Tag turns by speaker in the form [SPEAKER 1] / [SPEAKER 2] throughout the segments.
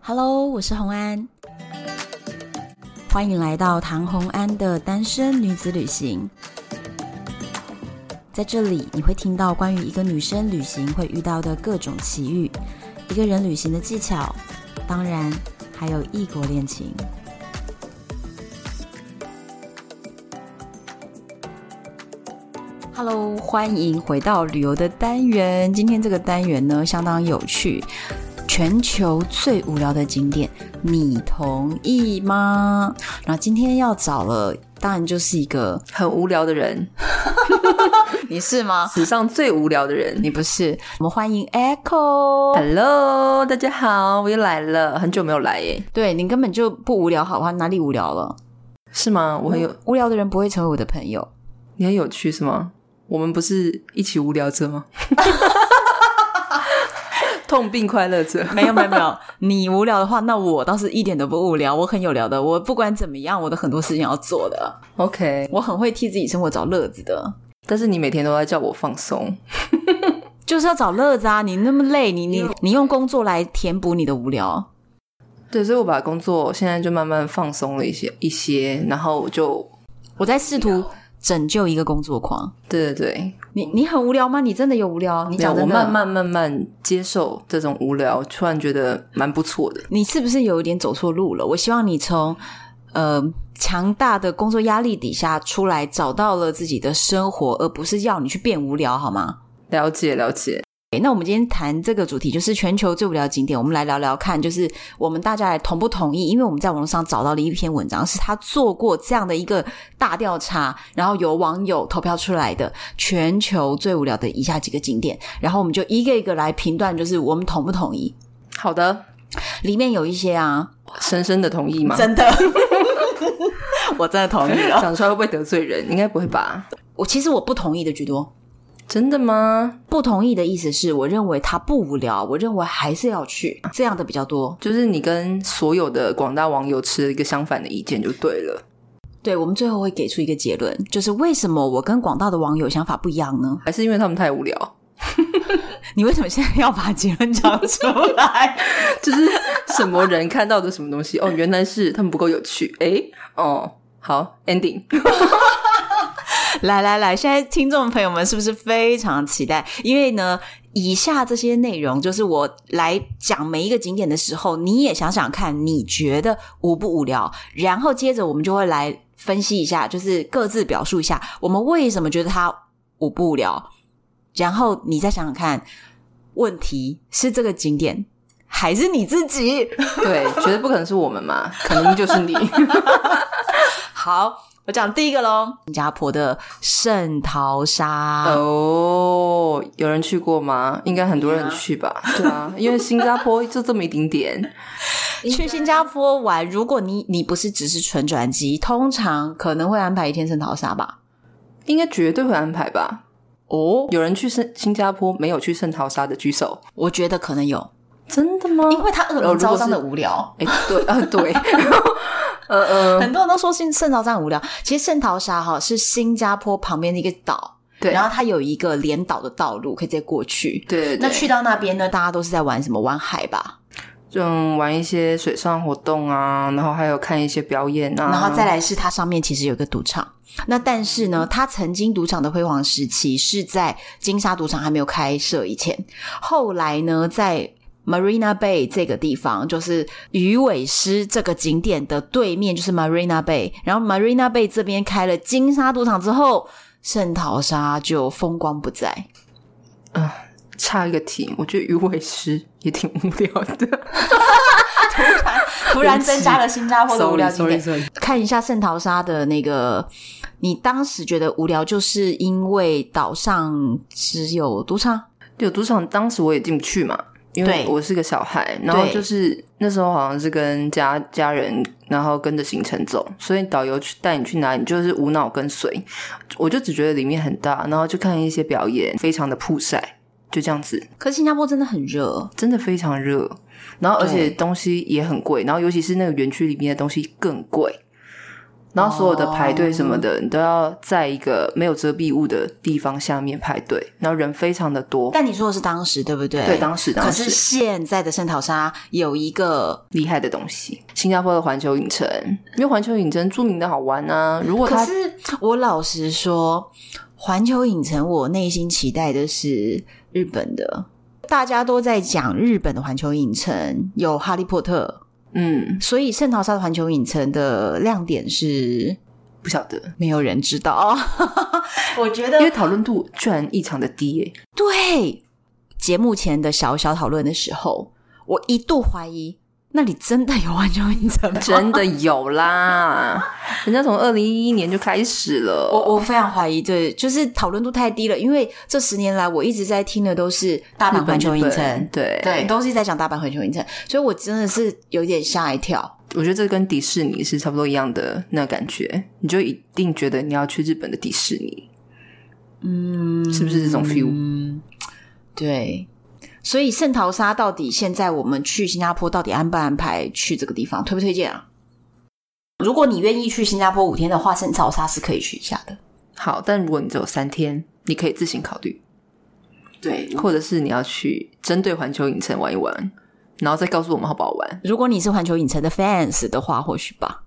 [SPEAKER 1] Hello，我是红安，欢迎来到唐红安的单身女子旅行。在这里，你会听到关于一个女生旅行会遇到的各种奇遇，一个人旅行的技巧，当然还有异国恋情。Hello，欢迎回到旅游的单元。今天这个单元呢，相当有趣。全球最无聊的景点，你同意吗？那今天要找了，当然就是一个，
[SPEAKER 2] 很无聊的人，
[SPEAKER 1] 你是吗？
[SPEAKER 2] 史上最无聊的人。
[SPEAKER 1] 你不是。我们欢迎 Echo。
[SPEAKER 2] Hello，大家好，我又来了，很久没有来耶，
[SPEAKER 1] 对你根本就不无聊，好吧？哪里无聊了？
[SPEAKER 2] 是吗？我很有，
[SPEAKER 1] 无聊的人不会成为我的朋友。
[SPEAKER 2] 你很有趣是吗？我们不是一起无聊着吗？ 痛并快乐着，
[SPEAKER 1] 没有没有没有， 你无聊的话，那我倒是一点都不无聊，我很有聊的。我不管怎么样，我都很多事情要做的，
[SPEAKER 2] OK。
[SPEAKER 1] 我很会替自己生活找乐子的。
[SPEAKER 2] 但是你每天都在叫我放松，
[SPEAKER 1] 就是要找乐子啊！你那么累，你你你用工作来填补你的无聊，
[SPEAKER 2] 对，所以我把工作现在就慢慢放松了一些一些，然后我就
[SPEAKER 1] 我在试图拯救一个工作狂。
[SPEAKER 2] 对对对，
[SPEAKER 1] 你你很无聊吗？你真的有无聊？你
[SPEAKER 2] 没有
[SPEAKER 1] 讲
[SPEAKER 2] 我
[SPEAKER 1] 真的，
[SPEAKER 2] 慢，慢慢慢接受这种无聊，突然觉得蛮不错的。
[SPEAKER 1] 你是不是有一点走错路了？我希望你从呃强大的工作压力底下出来，找到了自己的生活，而不是要你去变无聊，好吗？
[SPEAKER 2] 了解了解，
[SPEAKER 1] 诶那我们今天谈这个主题就是全球最无聊的景点，我们来聊聊看，就是我们大家来同不同意？因为我们在网络上找到了一篇文章，是他做过这样的一个大调查，然后由网友投票出来的全球最无聊的以下几个景点，然后我们就一个一个来评断，就是我们同不同意？
[SPEAKER 2] 好的，
[SPEAKER 1] 里面有一些啊，
[SPEAKER 2] 深深的同意吗？
[SPEAKER 1] 真的，我真的同意了。
[SPEAKER 2] 讲出来会不会得罪人？应该不会吧？
[SPEAKER 1] 我其实我不同意的居多，
[SPEAKER 2] 真的吗？
[SPEAKER 1] 不同意的意思是我认为它不无聊，我认为还是要去，这样的比较多。
[SPEAKER 2] 就是你跟所有的广大网友持一个相反的意见就对了。
[SPEAKER 1] 对，我们最后会给出一个结论，就是为什么我跟广大的网友想法不一样呢？
[SPEAKER 2] 还是因为他们太无聊，
[SPEAKER 1] 你为什么现在要把结论讲出来？
[SPEAKER 2] 就是什么人看到的什么东西哦，原来是他们不够有趣。诶，哦，好，ending，
[SPEAKER 1] 来来来，现在听众朋友们是不是非常期待？因为呢，以下这些内容就是我来讲每一个景点的时候，你也想想看，你觉得无不无聊？然后接着我们就会来分析一下，就是各自表述一下我们为什么觉得它无不无聊，然后你再想想看，问题是这个景点还是你自己？
[SPEAKER 2] 对，绝对不可能是我们嘛，肯定就是 你。
[SPEAKER 1] 好，我讲第一个喽，新加坡的圣淘沙。
[SPEAKER 2] 哦，有人去过吗？应该很多人
[SPEAKER 1] 对啊
[SPEAKER 2] 去吧？对啊，因为新加坡就这么一丁点，
[SPEAKER 1] 去新加坡玩，如果你你不是只是纯转机，通常可能会安排一天圣淘沙吧。
[SPEAKER 2] 应该绝对会安排吧？
[SPEAKER 1] 哦，
[SPEAKER 2] 有人去圣新加坡没有去圣淘沙的举手，
[SPEAKER 1] 我觉得可能有，
[SPEAKER 2] 真的吗？
[SPEAKER 1] 因为它恶名昭彰的无聊。
[SPEAKER 2] 哎、对啊， 对，呃呃，
[SPEAKER 1] 很多人都说新圣淘沙很无聊，其实圣淘沙哈是新加坡旁边的一个岛，
[SPEAKER 2] 对，
[SPEAKER 1] 然后它有一个连岛的道路可以直接过去。
[SPEAKER 2] 对，
[SPEAKER 1] 那
[SPEAKER 2] 那
[SPEAKER 1] 去
[SPEAKER 2] 去
[SPEAKER 1] 到那边呢，大家都是在玩什么？玩海吧，
[SPEAKER 2] 嗯玩一些水上活动啊，然后还有看一些表演啊，
[SPEAKER 1] 然后再来是它上面其实有一个赌场。那但是呢，它曾经赌场的辉煌时期是在金沙赌场还没有开设以前，后来呢，在 Marina Bay 这个地方，就是鱼尾狮这个景点的对面就是 Marina Bay，然后 Marina Bay 这边开了金沙赌场之后，圣淘沙就风光不再。
[SPEAKER 2] 插一个题，我觉得鱼尾狮也挺无聊 的，
[SPEAKER 1] 突然增加了新加坡的无聊景点。
[SPEAKER 2] Sorry，sorry，sorry
[SPEAKER 1] 看一下圣淘沙的那个，你当时觉得无聊，就是因为岛上只有赌场。
[SPEAKER 2] 有赌场，当时我也进不去嘛。因为
[SPEAKER 1] 对
[SPEAKER 2] 我是个小孩，然后就是那时候好像是跟家家人，然后跟着行程走，所以导游去带你去哪里，你就是无脑跟随。我就只觉得里面很大，然后就看一些表演，非常的曝晒，就这样子。
[SPEAKER 1] 可是新加坡真的很热，
[SPEAKER 2] 真的非常热，然后而
[SPEAKER 1] 对
[SPEAKER 2] 且东西也很贵，然后尤其是那个园区里面的东西更贵。然后所有的排队什么
[SPEAKER 1] 哦
[SPEAKER 2] 的，你都要在一个没有遮蔽物的地方下面排队，然后人非常的多。
[SPEAKER 1] 但你说的是当时对不对？
[SPEAKER 2] 对，当时当
[SPEAKER 1] 可
[SPEAKER 2] 时
[SPEAKER 1] 是现在的圣淘沙有一个，
[SPEAKER 2] 厉害的东西，新加坡的环球影城，因为环球影城著名的好玩啊。如果
[SPEAKER 1] 可
[SPEAKER 2] 它
[SPEAKER 1] 是我老实说，环球影城我内心期待的是日本的，大家都在讲日本的环球影城有哈利波特，
[SPEAKER 2] 嗯
[SPEAKER 1] 所以圣淘沙的环球影城的亮点是
[SPEAKER 2] 不晓得，
[SPEAKER 1] 没有人知道。 我觉得
[SPEAKER 2] 因为讨论度居然异常的低耶、
[SPEAKER 1] 对节目前的小小讨论的时候，我一度怀疑那里真的有环球影城吗？
[SPEAKER 2] 真的有啦，人家从二零一一年就开始了。
[SPEAKER 1] 我我非常怀疑，对，就是讨论度太低了，因为这十年来我一直在听的都是大
[SPEAKER 2] 日
[SPEAKER 1] 阪
[SPEAKER 2] 本
[SPEAKER 1] 环球影城，
[SPEAKER 2] 对
[SPEAKER 1] 对，，都是在讲大阪环球影城，所以我真的是有点吓一跳。
[SPEAKER 2] 我觉得这跟迪士尼是差不多一样的那感觉，你就一定觉得你要去日本的迪士尼，
[SPEAKER 1] 嗯，
[SPEAKER 2] 是不是这种 feel？
[SPEAKER 1] 嗯，对。所以圣淘沙到底现在我们去新加坡到底安不安排去这个地方，推不推荐啊？如果你愿意去新加坡五天的话，圣淘沙是可以去一下的。
[SPEAKER 2] 好，但如果你只有三天，你可以自行考虑，
[SPEAKER 1] 对，
[SPEAKER 2] 或者是你要去针对环球影城玩一玩，然后再告诉我们好不好玩。
[SPEAKER 1] 如果你是环球影城的 fans 的话，或许吧。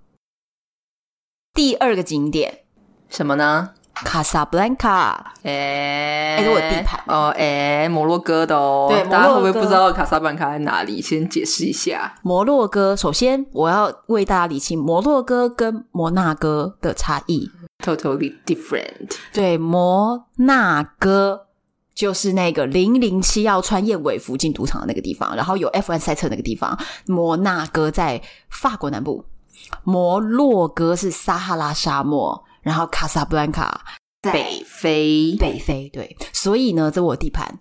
[SPEAKER 1] 第二个景点
[SPEAKER 2] 什么呢？
[SPEAKER 1] 卡萨布兰卡，
[SPEAKER 2] 哎、
[SPEAKER 1] 哎这我地盘
[SPEAKER 2] 哦，哎、摩洛哥的哦，
[SPEAKER 1] 对
[SPEAKER 2] 大家会
[SPEAKER 1] 摩
[SPEAKER 2] 不
[SPEAKER 1] 洛
[SPEAKER 2] 会
[SPEAKER 1] 哥
[SPEAKER 2] 不知道卡萨布兰卡在哪里？先解释一下。
[SPEAKER 1] 摩洛哥。首先，我要为大家理清摩洛哥跟摩纳哥的差异。
[SPEAKER 2] Totally different。
[SPEAKER 1] 对，摩纳哥就是那个零零七要穿燕尾服进赌场的那个地方，然后有 F1 赛车那个地方。摩纳哥在法国南部，摩洛哥是撒哈拉沙漠，然后卡萨布兰卡
[SPEAKER 2] 北非，
[SPEAKER 1] 北非，对，所以呢，这我地盘。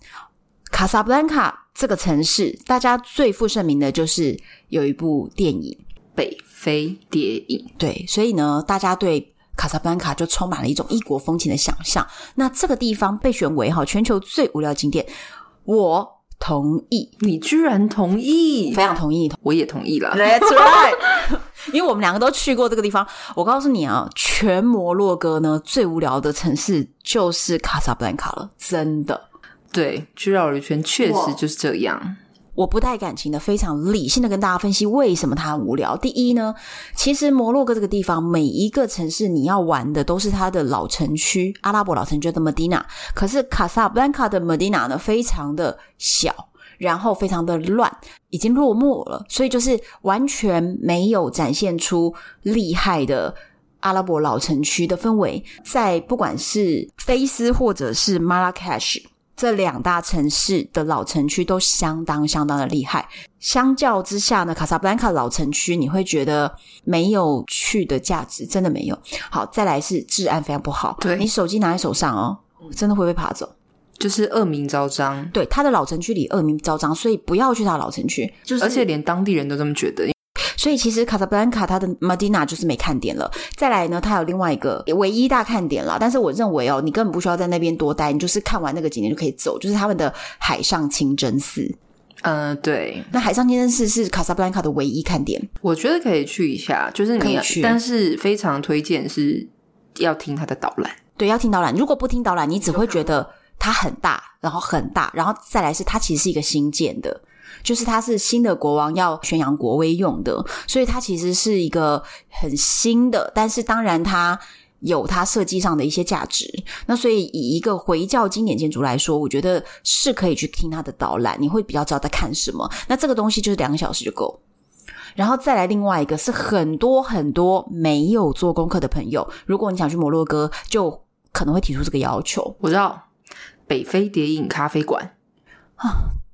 [SPEAKER 1] 卡萨布兰卡这个城市，大家最负盛名的就是有一部电影，
[SPEAKER 2] 北非谍影，
[SPEAKER 1] 对，所以呢，大家对卡萨布兰卡就充满了一种异国风情的想象。那这个地方被选为哈全球最无聊景点，我同意，
[SPEAKER 2] 你居然同意？
[SPEAKER 1] 非常同意。
[SPEAKER 2] 我也同意啦。
[SPEAKER 1] That's right，因为我们两个都去过这个地方。我告诉你啊，全摩洛哥呢最无聊的城市就是卡萨布兰卡了，真的。
[SPEAKER 2] 对，去绕了一圈，确
[SPEAKER 1] 哇
[SPEAKER 2] 实就是这样。
[SPEAKER 1] 我不带感情的，非常理性的跟大家分析为什么它很无聊。第一呢，其实摩洛哥这个地方，每一个城市你要玩的都是它的老城区，阿拉伯老城区的 Medina。可是卡萨布兰卡的 Medina 呢，非常的小，然后非常的乱，已经落寞了，所以就是完全没有展现出厉害的。阿拉伯老城区的氛围，在不管是菲斯或者是 Marrakesh 这两大城市的老城区都相当相当的厉害。相较之下呢，卡萨布兰卡老城区你会觉得没有去的价值，真的没有。好，再来是治安非常不好，
[SPEAKER 2] 对
[SPEAKER 1] 你手机拿在手上哦，真的会被爬走。
[SPEAKER 2] 就是恶名昭彰，
[SPEAKER 1] 对，他的老城区里恶名昭彰，所以不要去他的老城区。
[SPEAKER 2] 而且连当地人都这么觉得。
[SPEAKER 1] 所以其实卡萨布兰卡它的 Medina 就是没看点了。再来呢，它有另外一个唯一大看点啦，但是我认为哦，你根本不需要在那边多待，你就是看完那个景点就可以走，就是他们的海上清真寺。
[SPEAKER 2] 嗯，对，
[SPEAKER 1] 那海上清真寺是卡萨布兰卡的唯一看点。
[SPEAKER 2] 我觉得可以去一下，就是
[SPEAKER 1] 可
[SPEAKER 2] 你
[SPEAKER 1] 以
[SPEAKER 2] 要
[SPEAKER 1] 去，
[SPEAKER 2] 但是非常推荐是要听他的导览。
[SPEAKER 1] 对，要听导览。如果不听导览，你只会觉得它很大，然后很大，然后再来是它其实是一个新建的，就是它是新的国王要宣扬国威用的，所以它其实是一个很新的，但是当然它。有它设计上的一些价值，那所以以一个回教经典建筑来说，我觉得是可以去听它的导览，你会比较知道在看什么。那这个东西就是两个小时就够。然后再来另外一个是很多很多没有做功课的朋友，如果你想去摩洛哥，就可能会提出这个要求。
[SPEAKER 2] 我知道北非谍影咖啡馆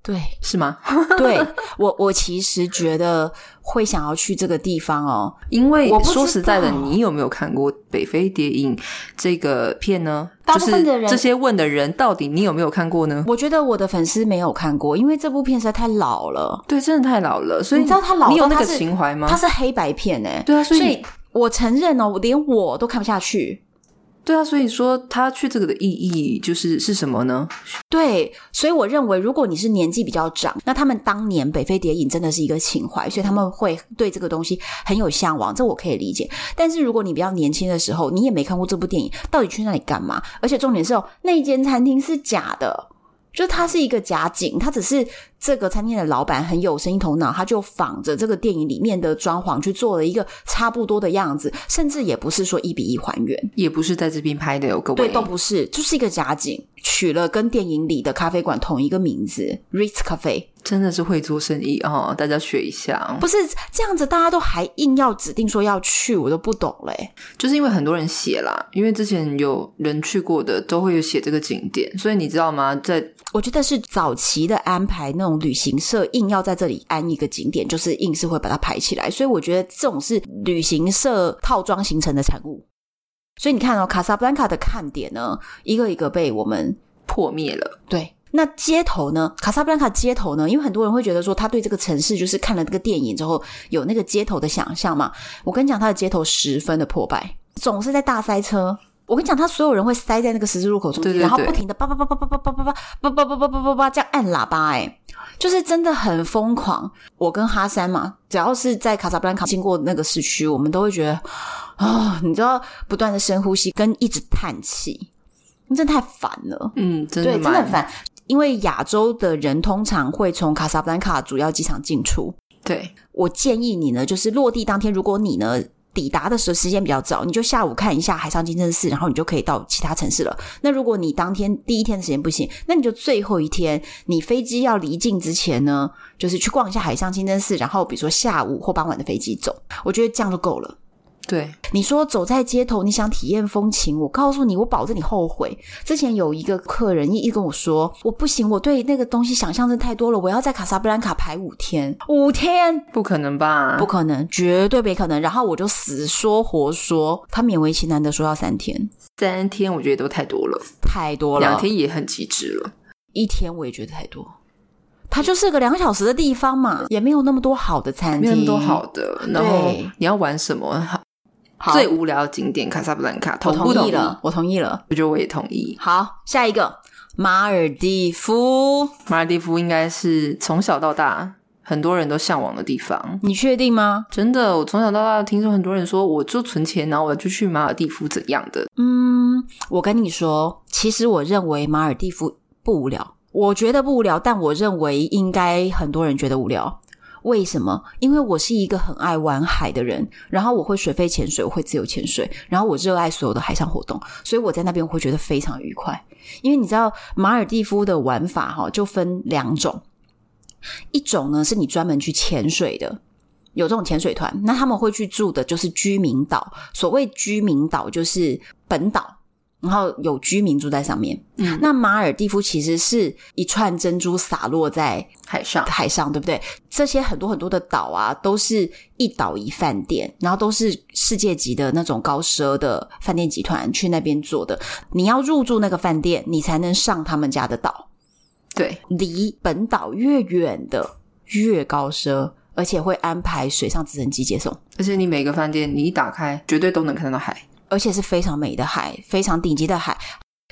[SPEAKER 1] 对，
[SPEAKER 2] 是吗？
[SPEAKER 1] 对我我其实觉得会想要去这个地方哦。
[SPEAKER 2] 因为
[SPEAKER 1] 我不知道
[SPEAKER 2] 说实在的，你有没有看过《北非谍影》这个片呢？
[SPEAKER 1] 大
[SPEAKER 2] 就
[SPEAKER 1] 部分
[SPEAKER 2] 是
[SPEAKER 1] 的人
[SPEAKER 2] 这些问的人，到底你有没有看过呢？
[SPEAKER 1] 我觉得我的粉丝没有看过，因为这部片实在太老了，
[SPEAKER 2] 对，真的太老了，所以
[SPEAKER 1] 你知道他老
[SPEAKER 2] 你有
[SPEAKER 1] 到
[SPEAKER 2] 那
[SPEAKER 1] 他
[SPEAKER 2] 个
[SPEAKER 1] 是
[SPEAKER 2] 情怀吗
[SPEAKER 1] 它？是黑白片哎、
[SPEAKER 2] 对啊，所
[SPEAKER 1] 所
[SPEAKER 2] 以你
[SPEAKER 1] 以我承认哦，我连我都看不下去。
[SPEAKER 2] 对啊，所以说他去这个的意义就是是什么呢？
[SPEAKER 1] 对，所以我认为，如果你是年纪比较长，那他们当年北非谍影真的是一个情怀，所以他们会对这个东西很有向往，这我可以理解。但是如果你比较年轻的时候，你也没看过这部电影，到底去那里干嘛？而且重点是哦，那间餐厅是假的。就它是一个假景，它只是这个餐厅的老板很有生意头脑，他就仿着这个电影里面的装潢去做了一个差不多的样子，甚至也不是说一比一还原，
[SPEAKER 2] 也不是在这边拍的，有各位
[SPEAKER 1] 对，都不是，就是一个假景，取了跟电影里的咖啡馆同一个名字，Ritz Cafe。
[SPEAKER 2] 真的是会做生意哦，大家学一下。
[SPEAKER 1] 不是这样子，大家都还硬要指定说要去，我都不懂嘞。
[SPEAKER 2] 就是因为很多人写啦，因为之前有人去过的都会有写这个景点，所以你知道吗？在
[SPEAKER 1] 我觉得是早期的安排，那种旅行社硬要在这里安一个景点，就是硬是会把它排起来。所以我觉得这种是旅行社套装形成的产物。所以你看哦，卡萨布兰卡的看点呢，一个一个被我们
[SPEAKER 2] 破灭了。
[SPEAKER 1] 对。那街头呢？卡萨布兰卡街头呢？因为很多人会觉得说，他对这个城市就是看了这个电影之后有那个街头的想象嘛。我跟你讲，他的街头十分的破败，总是在大塞车。我跟你讲，他所有人会塞在那个十字路口中间，
[SPEAKER 2] 对对对
[SPEAKER 1] 然后不停的叭叭叭叭叭叭叭叭叭叭叭叭叭叭叭叭这样按喇叭、欸，哎，就是真的很疯狂。我跟哈山嘛，只要是在卡萨布兰卡经过那个市区，我们都会觉得啊、你知道，不断的深呼吸跟一直叹气，真的太烦了。
[SPEAKER 2] 嗯，真
[SPEAKER 1] 对，
[SPEAKER 2] 的
[SPEAKER 1] 真的
[SPEAKER 2] 蛮
[SPEAKER 1] 很烦。因为亚洲的人通常会从卡萨布兰卡主要机场进出。
[SPEAKER 2] 对，
[SPEAKER 1] 我建议你呢，就是落地当天，如果你呢抵达的时候时间比较早，你就下午看一下海上清真寺，然后你就可以到其他城市了。那如果你当天第一天的时间不行，那你就最后一天，你飞机要离境之前呢，就是去逛一下海上清真寺，然后比如说下午或傍晚的飞机走，我觉得这样就够了。
[SPEAKER 2] 对，
[SPEAKER 1] 你说走在街头，你想体验风情，我告诉你，我保证你后悔。之前有一个客人一直跟我说，我不行，我对那个东西想象真的太多了，我要在卡萨布兰卡排五天，五天
[SPEAKER 2] 不可能吧？
[SPEAKER 1] 不可能，绝对没可能。然后我就死说活说，他勉为其难的说要三天，
[SPEAKER 2] 三天我觉得都太多了，
[SPEAKER 1] 太多了，
[SPEAKER 2] 两天也很极致了。
[SPEAKER 1] 一天我也觉得太多。它就是个两小时的地方嘛，也没有那么多好的餐
[SPEAKER 2] 没有那
[SPEAKER 1] 厅，
[SPEAKER 2] 么多好的，然后你要玩什么？好
[SPEAKER 1] 好
[SPEAKER 2] 最无聊的景点卡萨布兰卡，
[SPEAKER 1] 我
[SPEAKER 2] 同不
[SPEAKER 1] 同意了，我同意了。
[SPEAKER 2] 我觉得我也同意。
[SPEAKER 1] 好，下一个马尔蒂夫，
[SPEAKER 2] 马尔蒂夫应该是从小到大很多人都向往的地方。
[SPEAKER 1] 你确定吗？
[SPEAKER 2] 真的，我从小到大听说很多人说，我就存钱，然后我就去马尔蒂夫怎样的？
[SPEAKER 1] 嗯，我跟你说，其实我认为马尔蒂夫不无聊，我觉得不无聊，但我认为应该很多人觉得无聊。为什么？因为我是一个很爱玩海的人，然后我会水肺潜水，我会自由潜水，然后我热爱所有的海上活动，所以我在那边我会觉得非常愉快。因为你知道马尔蒂夫的玩法哈、就分两种，一种呢是你专门去潜水的，有这种潜水团，那他们会去住的就是居民岛。所谓居民岛就是本岛，然后有居民住在上面。
[SPEAKER 2] 嗯，
[SPEAKER 1] 那马尔蒂夫其实是一串珍珠洒落在
[SPEAKER 2] 海上
[SPEAKER 1] 海上，对不对？这些很多很多的岛啊，都是一岛一饭店，然后都是世界级的那种高奢的饭店集团去那边做的。你要入住那个饭店，你才能上他们家的岛。
[SPEAKER 2] 对，
[SPEAKER 1] 离本岛越远的越高奢，而且会安排水上直升机接送，
[SPEAKER 2] 而且你每个饭店你一打开，绝对都能看到海。
[SPEAKER 1] 而且是非常美的海，非常顶级的海。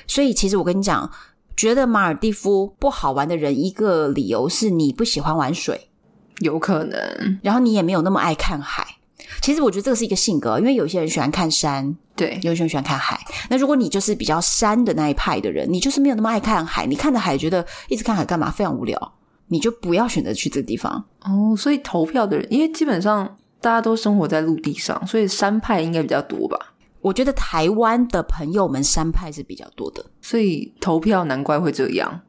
[SPEAKER 1] 所以其实我跟你讲，觉得马尔蒂夫不好玩的人，一个理由是你不喜欢玩水，
[SPEAKER 2] 有可能，
[SPEAKER 1] 然后你也没有那么爱看海。其实我觉得这个是一个性格，因为有些人喜欢看山，
[SPEAKER 2] 对，
[SPEAKER 1] 有些人喜欢看海。那如果你就是比较山的那一派的人，你就是没有那么爱看海，你看着海觉得一直看海干嘛，非常无聊，你就不要选择去这个地方。
[SPEAKER 2] 哦，所以投票的人，因为基本上大家都生活在陆地上，所以山派应该比较多吧。
[SPEAKER 1] 我觉得台湾的朋友们山派是比较多的，
[SPEAKER 2] 所以投票难怪会这样，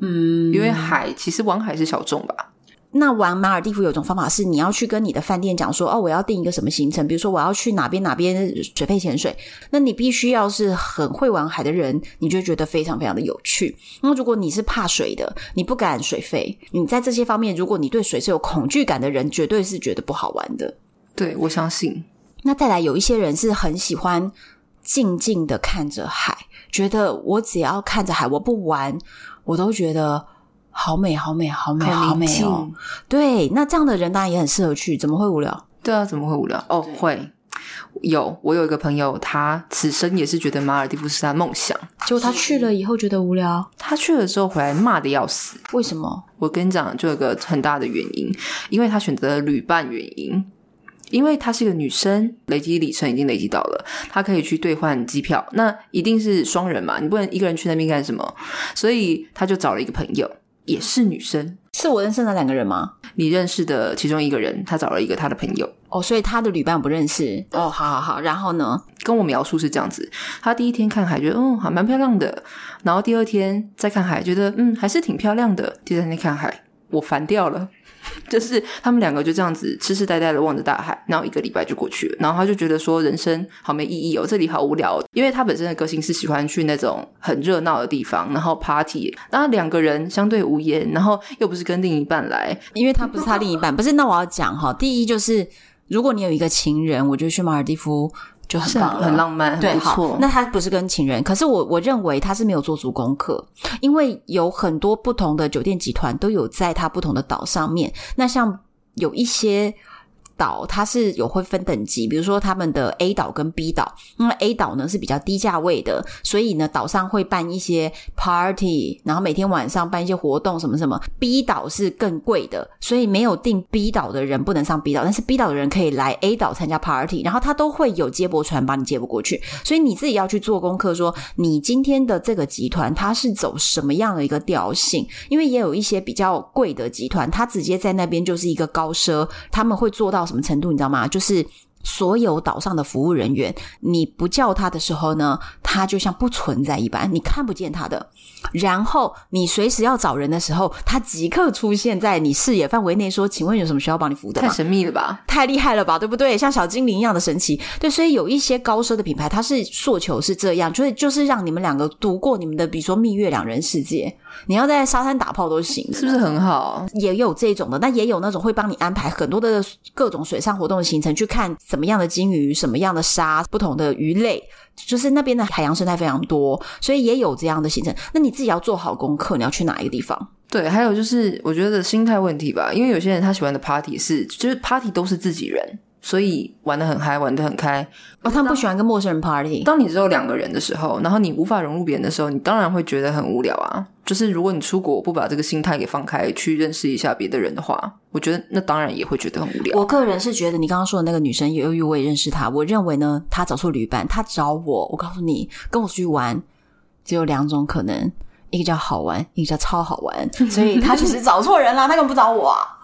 [SPEAKER 1] 嗯
[SPEAKER 2] 因为海其实玩海是小众吧？
[SPEAKER 1] 那玩马尔蒂夫有种方法是，你要去跟你的饭店讲说，哦，我要订一个什么行程，比如说我要去哪边哪边水肺潜水，那你必须要是很会玩海的人，你就觉得非常非常的有趣。那如果你是怕水的，你不敢水肺，你在这些方面，如果你对水是有恐惧感的人，绝对是觉得不好玩的。
[SPEAKER 2] 对，我相信。
[SPEAKER 1] 那再来，有一些人是很喜欢静静的看着海，觉得我只要看着海，我不玩，我都觉得好美、好美、好美、好
[SPEAKER 2] 宁
[SPEAKER 1] 美
[SPEAKER 2] 静
[SPEAKER 1] 哦。对，那这样的人当然也很适合去，怎么会无聊？
[SPEAKER 2] 对啊，怎么会无聊？哦，会。有，我有一个朋友，他此生也是觉得马尔地夫是他梦想。
[SPEAKER 3] 结果他去了以后觉得无聊，
[SPEAKER 2] 他去了之后回来骂的要死。
[SPEAKER 1] 为什么？
[SPEAKER 2] 我跟你讲，就有一个很大的原因，因为他选择了旅伴原因，因为她是一个女生，累积里程已经累积到了，她可以去兑换机票。那一定是双人嘛，你不能一个人去那边干什么？所以他就找了一个朋友，也是女生，
[SPEAKER 1] 是我认识的两个人吗？
[SPEAKER 2] 你认识的其中一个人，他找了一个他的朋友。
[SPEAKER 1] 哦，所以他的旅伴不认识。哦，好好好，然后呢？
[SPEAKER 2] 跟我描述是这样子：他第一天看海觉得嗯还蛮漂亮的，然后第二天再看海觉得嗯还是挺漂亮的，第三天看海我烦掉了， 就是他们两个就这样子痴痴呆呆的望着大海，然后一个礼拜就过去了，然后他就觉得说人生好没意义哦，这里好无聊、哦，因为他本身的个性是喜欢去那种很热闹的地方，然后 party，那两个人相对无言，然后又不是跟另一半来，
[SPEAKER 1] 因为他不是他另一半，不是。那我要讲哈，第一就是如果你有一个情人，我觉得去马尔地夫就很
[SPEAKER 2] 是啊
[SPEAKER 1] 棒
[SPEAKER 2] 很
[SPEAKER 1] 了
[SPEAKER 2] 浪漫，
[SPEAKER 1] 对，
[SPEAKER 2] 很不
[SPEAKER 1] 好
[SPEAKER 2] 错，。
[SPEAKER 1] 那他不是跟情人，可是我我认为他是没有做足功课，因为有很多不同的酒店集团都有在他不同的岛上面。那像有一些岛，它是有会分等级，比如说他们的 A 岛跟 B 岛，那么 A 岛呢是比较低价位的，所以呢岛上会办一些 party，然后每天晚上办一些活动什么什么。B 岛是更贵的，所以没有订 B 岛的人不能上 B 岛，但是 B 岛的人可以来 A 岛参加 party，然后他都会有接驳船把你接驳过去。所以你自己要去做功课说，你今天的这个集团它是走什么样的一个调性？因为也有一些比较贵的集团，它直接在那边就是一个高奢，他们会做到什么程度，你知道吗？就是。所有岛上的服务人员，你不叫他的时候呢，他就像不存在一般，你看不见他的。然后你随时要找人的时候，他即刻出现在你视野范围内，说：“请问有什么需要帮你服务的
[SPEAKER 2] 太
[SPEAKER 1] 吗？”
[SPEAKER 2] 神秘了吧？
[SPEAKER 1] 太厉害了吧，对不对？像小精灵一样的神奇，对，所以有一些高奢的品牌，它是诉求是这样，就是就是让你们两个度过你们的，比如说蜜月两人世界，你要在沙滩打炮都行，
[SPEAKER 2] 是不是很好？
[SPEAKER 1] 也有这种的，那也有那种会帮你安排很多的各种水上活动的行程，去看什么样的鲸鱼、什么样的沙、不同的鱼类，就是那边的海洋生态非常多，所以也有这样的行程。那你自己要做好功课，你要去哪一个地方？
[SPEAKER 2] 对，还有就是我觉得心态问题吧，因为有些人他喜欢的 party 是，就是 party 都是自己人，所以玩的很嗨，玩的很开。
[SPEAKER 1] 哦，他们不喜欢跟陌生人 party，
[SPEAKER 2] 当你只有两个人的时候，然后你无法融入别人的时候，你当然会觉得很无聊啊。就是如果你出国不把这个心态给放开，去认识一下别的人的话，我觉得那当然也会觉得很无聊。
[SPEAKER 1] 我个人是觉得你刚刚说的那个女生，由于我也认识她，我认为呢，她找错旅伴，她找我，我告诉你，跟我出去玩，只有两种可能，一个叫好玩，一个叫超好玩，所以她就是找错人啦，她根本不找我啊。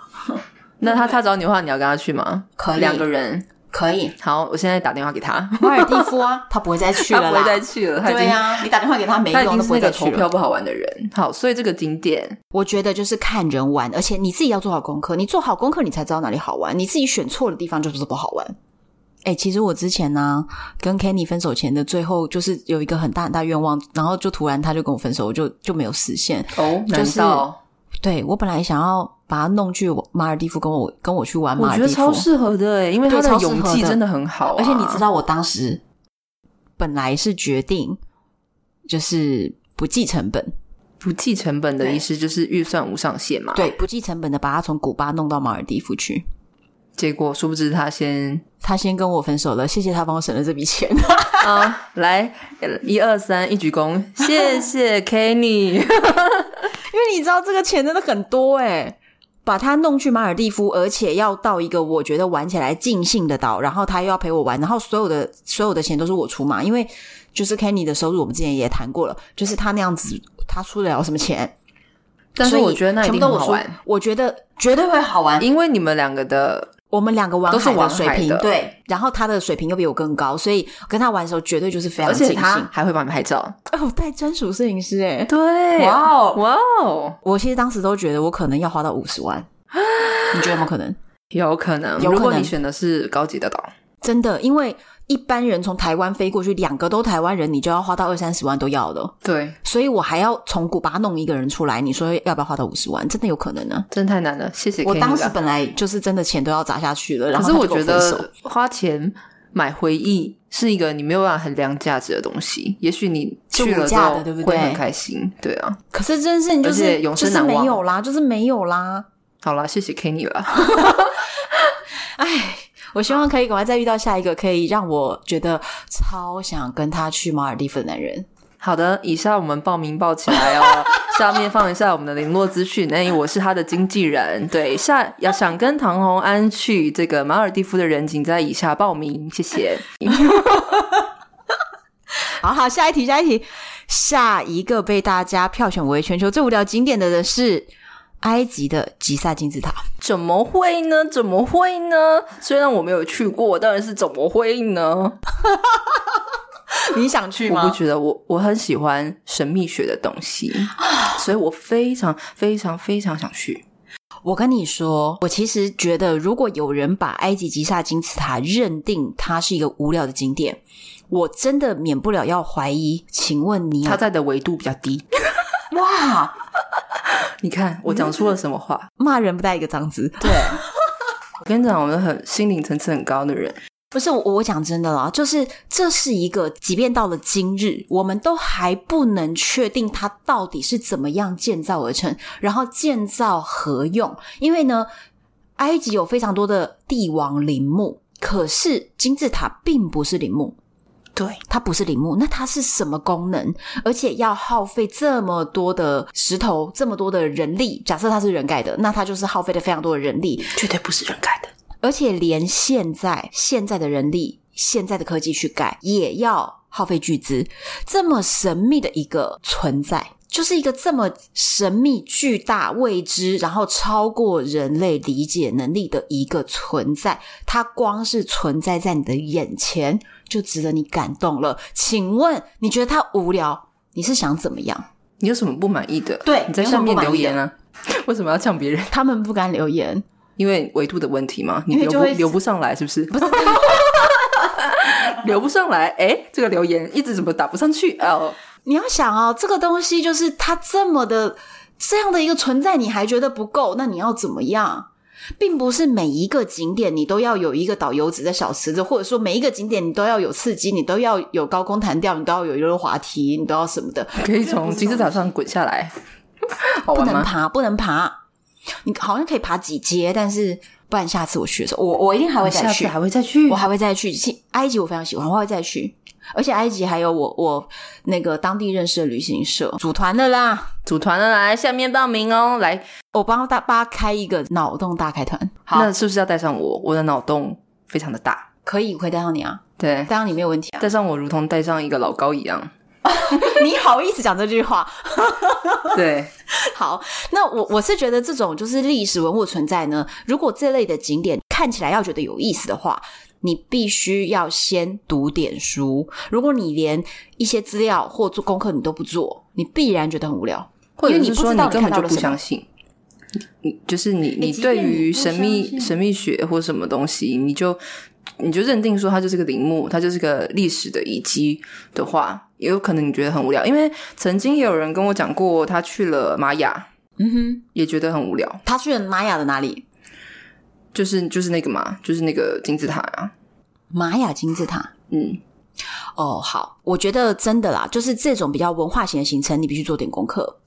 [SPEAKER 2] 那他他找你的话，你要跟他去吗？
[SPEAKER 1] 可以
[SPEAKER 2] 两个人。
[SPEAKER 1] 可以，
[SPEAKER 2] 好，我现在打电话给他，
[SPEAKER 1] 马尔蒂夫啊，她不会再 去
[SPEAKER 2] 他
[SPEAKER 1] 了
[SPEAKER 2] 不
[SPEAKER 1] 啦。
[SPEAKER 2] 会再去了。他已经
[SPEAKER 1] 对啊呀、你打电话给她没
[SPEAKER 2] 他已
[SPEAKER 1] 用，
[SPEAKER 2] 经
[SPEAKER 1] 都
[SPEAKER 2] 是
[SPEAKER 1] 不会
[SPEAKER 2] 那
[SPEAKER 1] 再
[SPEAKER 2] 个
[SPEAKER 1] 去
[SPEAKER 2] 投
[SPEAKER 1] 了。
[SPEAKER 2] 票不好玩的人。好，所以这个景点
[SPEAKER 1] 我觉得就是看人玩，而且你自己要做好功课。你做好功课，你才知道哪里好玩。你自己选错的地方，就是不好玩。哎、其实我之前呢、跟 Kenny 分手前的最后，就是有一个很大很大愿望，然后就突然他就跟我分手，我就就没有实现。
[SPEAKER 2] 哦，
[SPEAKER 1] 就
[SPEAKER 2] 难
[SPEAKER 1] 是
[SPEAKER 2] 道？
[SPEAKER 1] 对我本来想要把他弄去马尔地夫，跟我跟我去玩
[SPEAKER 2] 我
[SPEAKER 1] 马尔
[SPEAKER 2] 觉
[SPEAKER 1] 地夫
[SPEAKER 2] 得超，适合的哎，因为
[SPEAKER 1] 对
[SPEAKER 2] 他
[SPEAKER 1] 超
[SPEAKER 2] 的
[SPEAKER 1] 适合
[SPEAKER 2] 勇气
[SPEAKER 1] 的
[SPEAKER 2] 真的很好啊、
[SPEAKER 1] 而且你知道我当时本来是决定就是不计成本，
[SPEAKER 2] 不计成本的
[SPEAKER 1] 对
[SPEAKER 2] 意思就是预算无上限嘛。，
[SPEAKER 1] 对，不计成本的把他从古巴弄到马尔地夫去。
[SPEAKER 2] 结果殊不知他先
[SPEAKER 1] 他先跟我分手了，谢谢他帮我省了这笔钱。
[SPEAKER 2] 啊， 来一二三，一鞠 躬，谢谢 Kenny。
[SPEAKER 1] 因为你知道这个钱真的很多诶、把他弄去马尔蒂夫，而且要到一个我觉得玩起来尽兴的岛，然后他又要陪我玩，然后所有的所有的钱都是我出嘛，因为就是 Kenny 的收入，我们之前也谈过了，就是他那样子，他出得了什么钱？
[SPEAKER 2] 但是
[SPEAKER 1] 所以
[SPEAKER 2] 我觉得那一
[SPEAKER 1] 全部
[SPEAKER 2] 定
[SPEAKER 1] 都
[SPEAKER 2] 很
[SPEAKER 1] 我
[SPEAKER 2] 好
[SPEAKER 1] 出
[SPEAKER 2] 玩，，
[SPEAKER 1] 我觉得绝对会好玩。
[SPEAKER 2] 因为你们两个的
[SPEAKER 1] 我们两个玩
[SPEAKER 2] 都是
[SPEAKER 1] 海的
[SPEAKER 2] 玩
[SPEAKER 1] 水
[SPEAKER 2] 海
[SPEAKER 1] 平
[SPEAKER 2] 的
[SPEAKER 1] 对，然后他的水平又比我更高，所以跟他玩的时候绝对就是非常
[SPEAKER 2] 而
[SPEAKER 1] 尽
[SPEAKER 2] 且
[SPEAKER 1] 兴。
[SPEAKER 2] 他还会帮你拍照，
[SPEAKER 1] 哎，我带专属摄影师欸诶、
[SPEAKER 2] 对
[SPEAKER 1] 哇哦
[SPEAKER 2] 哇哦，
[SPEAKER 1] 我其实当时都觉得我可能要花到五十 万，你觉得有没有可能？
[SPEAKER 2] 有可能。
[SPEAKER 1] 有可能
[SPEAKER 2] 如果你选的是高级的岛，
[SPEAKER 1] 真的，因为一般人从台湾飞过去，两个都台湾人，你就要花到二三十万都要的，
[SPEAKER 2] 对，
[SPEAKER 1] 所以我还要从古巴弄一个人出来，你说要不要花到五十万？真的有可能呢、
[SPEAKER 2] 真太难了，谢谢 Kenny
[SPEAKER 1] 我
[SPEAKER 2] 啦。
[SPEAKER 1] 当时本来就是真的钱都要砸下去了，然
[SPEAKER 2] 可
[SPEAKER 1] 后
[SPEAKER 2] 是
[SPEAKER 1] 他
[SPEAKER 2] 我
[SPEAKER 1] 就跟
[SPEAKER 2] 觉
[SPEAKER 1] 分手
[SPEAKER 2] 得花钱买回忆是一个你没有办法衡量价值的东西。也许你去
[SPEAKER 1] 是无
[SPEAKER 2] 了之
[SPEAKER 1] 价的
[SPEAKER 2] 后
[SPEAKER 1] 对不对
[SPEAKER 2] 会很开心，对啊。
[SPEAKER 1] 可是这件事情就
[SPEAKER 2] 而
[SPEAKER 1] 是
[SPEAKER 2] 且永
[SPEAKER 1] 就
[SPEAKER 2] 生
[SPEAKER 1] 是
[SPEAKER 2] 难忘
[SPEAKER 1] 没有啦，就是没有啦。
[SPEAKER 2] 好啦，谢谢 Kenny 了。
[SPEAKER 1] 唉，我希望可以赶快再遇到下一个可以让我觉得超想跟他去马尔地夫的男人。
[SPEAKER 2] 好的，以下我们报名报起来哦。下面放一下我们的联络资讯。那我是他的经纪人，对，下要想跟唐红安去这个马尔蒂夫的人，请在以下报名，谢谢。
[SPEAKER 1] 好好，下一题，下一题，下一个被大家票选为全球最无聊景点的人是埃及的吉萨金字塔。
[SPEAKER 2] 怎么会呢？怎么会呢？虽然我没有去过，但是怎么会呢？
[SPEAKER 1] 你想去吗？
[SPEAKER 2] 我不觉得我，我我很喜欢神秘学的东西，
[SPEAKER 1] 啊
[SPEAKER 2] 所以我非常非常非常想去。
[SPEAKER 1] 我跟你说，我其实觉得，如果有人把埃及吉萨金字塔认定它是一个无聊的景点，我真的免不了要怀疑。请问你有
[SPEAKER 2] 它在的维度比较低，
[SPEAKER 1] 哇！
[SPEAKER 2] 你看我讲出了什 么话？
[SPEAKER 1] 骂人不带一个脏字。
[SPEAKER 2] 对，我跟你讲，我们很心灵层次很高的人。
[SPEAKER 1] 不是我，我讲真的啦，就是这是一个，即便到了今日，我们都还不能确定它到底是怎么样建造而成，然后建造何用？因为呢，埃及有非常多的帝王陵墓，可是金字塔并不是陵墓，
[SPEAKER 2] 对，
[SPEAKER 1] 它不是陵墓，那它是什么功能？而且要耗费这么多的石头，这么多的人力，假设它是人盖的，那它就是耗费了非常多的人力，
[SPEAKER 2] 绝对不是人盖的。
[SPEAKER 1] 而且连现在现在的人力、现在的科技去改，也要耗费巨资。这么神秘的一个存在，就是一个这么神秘、巨大、未知，然后超过人类理解能力的一个存在，它光是存在在你的眼前，就值得你感动了。请问你觉得它无聊？你是想怎么样？
[SPEAKER 2] 你有什么不满意的？
[SPEAKER 1] 对
[SPEAKER 2] 你在
[SPEAKER 1] 有什
[SPEAKER 2] 下
[SPEAKER 1] 么
[SPEAKER 2] 面
[SPEAKER 1] 不满
[SPEAKER 2] 留
[SPEAKER 1] 意的
[SPEAKER 2] 言啊！为什么要呛别人？
[SPEAKER 1] 他们不敢留言，
[SPEAKER 2] 因为维度的问题吗？你
[SPEAKER 1] 因为
[SPEAKER 2] 留
[SPEAKER 1] 就
[SPEAKER 2] 不
[SPEAKER 1] 会
[SPEAKER 2] 留不上来是不是？不是， 留不上来。哎、这个留言一直怎么打不上去？ 哦，
[SPEAKER 1] 你要想哦，这个东西就是它这么的这样的一个存在，你还觉得不够，那你要怎么样？并不是每一个景点你都要有一个导游指着小池子，或者说每一个景点你都要有刺激，你都要有高空弹跳，你都要有溜滑梯，你都要什么的，
[SPEAKER 2] 可以从金字塔上滚下来，好
[SPEAKER 1] 不
[SPEAKER 2] 玩
[SPEAKER 1] 能
[SPEAKER 2] 吗？
[SPEAKER 1] 爬，不能爬。你好像可以爬几阶，但是不然下次我去的时候，我我一定还会再
[SPEAKER 2] 下
[SPEAKER 1] 去
[SPEAKER 2] 次，还会再去
[SPEAKER 1] 我。还会再去。其实埃及我非常喜欢，我还会再去。而且埃及还有我我那个当地认识的旅行社组团的啦，
[SPEAKER 2] 组团的来下面报名哦，来，
[SPEAKER 1] 我帮大巴开一个脑洞大开团，好，
[SPEAKER 2] 那是不是要带上我？我的脑洞非常的大，
[SPEAKER 1] 可以，我会带上你啊，
[SPEAKER 2] 对
[SPEAKER 1] 带，上你没有问题啊。
[SPEAKER 2] 带上我如同带上一个老高一样，
[SPEAKER 1] 你好意思讲这句话？
[SPEAKER 2] 对，
[SPEAKER 1] 好，那我我是觉得这种就是历史文物存在呢，如果这类的景点看起来要觉得有意思的话。你必须要先读点书。如果你连一些资料或做功课你都不做，你必然觉得很无聊。
[SPEAKER 2] 或者
[SPEAKER 1] 因为
[SPEAKER 2] 是
[SPEAKER 1] 你不
[SPEAKER 2] 说
[SPEAKER 1] 知道
[SPEAKER 2] 根
[SPEAKER 1] 你看
[SPEAKER 2] 本
[SPEAKER 1] 到
[SPEAKER 2] 就
[SPEAKER 1] 了
[SPEAKER 2] 不
[SPEAKER 1] 什么
[SPEAKER 2] 相信，你你就是你
[SPEAKER 3] 你
[SPEAKER 2] 你
[SPEAKER 3] 即
[SPEAKER 2] 对
[SPEAKER 3] 便你
[SPEAKER 2] 于
[SPEAKER 3] 不
[SPEAKER 2] 神
[SPEAKER 3] 相
[SPEAKER 2] 秘
[SPEAKER 3] 信
[SPEAKER 2] 神秘学或什么东西，你就你就认定说它就是个陵墓，它就是个历史的遗迹的话，也有可能你觉得很无聊。因为曾经也有人跟我讲过，他去了玛雅，
[SPEAKER 1] 嗯哼，
[SPEAKER 2] 也觉得很无聊，
[SPEAKER 1] 他去了玛雅的哪里？
[SPEAKER 2] 就是就是那个嘛，就是那个金字塔啊，
[SPEAKER 1] 玛雅金字塔。
[SPEAKER 2] 嗯，
[SPEAKER 1] 哦，好，我觉得真的啦，就是这种比较文化型的行程，你必须做点功课。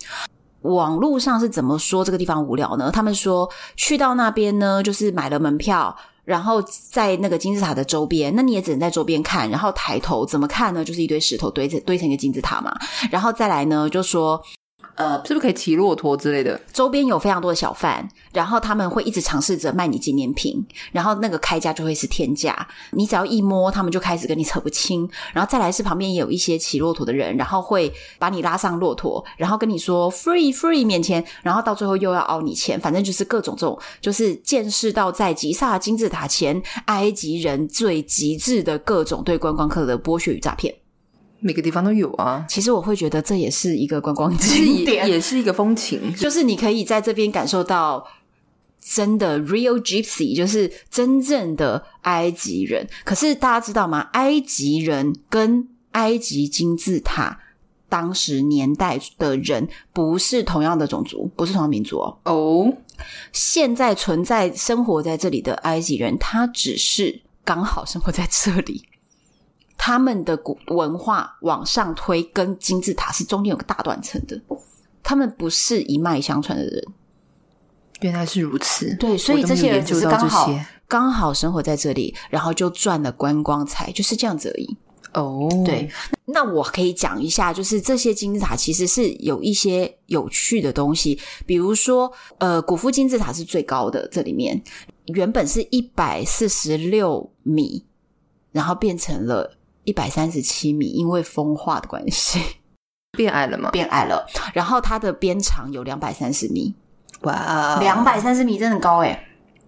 [SPEAKER 1] 网络上是怎么说这个地方无聊呢？他们说去到那边呢，就是买了门票，然后在那个金字塔的周边，那你也只能在周边看，然后抬头怎么看呢？就是一堆石头堆成堆成一个金字塔嘛。然后再来呢，就说
[SPEAKER 2] 是不是可以骑骆驼之类的？
[SPEAKER 1] 周边有非常多的小贩，然后他们会一直尝试着卖你纪念品，然后那个开价就会是天价，你只要一摸，他们就开始跟你扯不清。然后再来是旁边也有一些骑骆驼的人，然后会把你拉上骆驼，然后跟你说 free free 免钱，然后到最后又要凹你钱，反正就是各种这种，就是见识到在吉萨金字塔前埃及人最极致的各种对观光客的剥削与诈骗。
[SPEAKER 2] 每个地方都有啊，
[SPEAKER 1] 其实我会觉得这也是一个观光
[SPEAKER 2] 其实
[SPEAKER 1] 景点
[SPEAKER 2] 也，也是一个风情，
[SPEAKER 1] 就是你可以在这边感受到真的 real gypsy，就是真正的埃及人。可是大家知道吗？埃及人跟埃及金字塔当时年代的人不是同样的种族，不是同样民族哦。
[SPEAKER 2] 哦，
[SPEAKER 1] 现在存在生活在这里的埃及人，他只是刚好生活在这里。他们的古文化往上推，跟金字塔是中间有个大断层的，他们不是一脉相传的人。
[SPEAKER 2] 原来是如此。
[SPEAKER 1] 对，所
[SPEAKER 2] 我
[SPEAKER 1] 以
[SPEAKER 2] 都
[SPEAKER 1] 这
[SPEAKER 2] 没有
[SPEAKER 1] 些人
[SPEAKER 2] 研
[SPEAKER 1] 只
[SPEAKER 2] 究
[SPEAKER 1] 是
[SPEAKER 2] 到
[SPEAKER 1] 刚
[SPEAKER 2] 这
[SPEAKER 1] 好
[SPEAKER 2] 些
[SPEAKER 1] 刚好生活在这里，然后就赚了观光财，就是这样子而已。
[SPEAKER 2] 哦，
[SPEAKER 1] 对，那我可以讲一下，就是这些金字塔其实是有一些有趣的东西，比如说，呃，古夫金字塔是最高的，这里面原本是一百四十六米，然后变成了一百三十七米，因为风化的关系
[SPEAKER 2] 变矮了吗？
[SPEAKER 1] 变矮了。然后它的边长有两百三十米，
[SPEAKER 2] 哇，哦
[SPEAKER 1] 两百三十米真的高诶、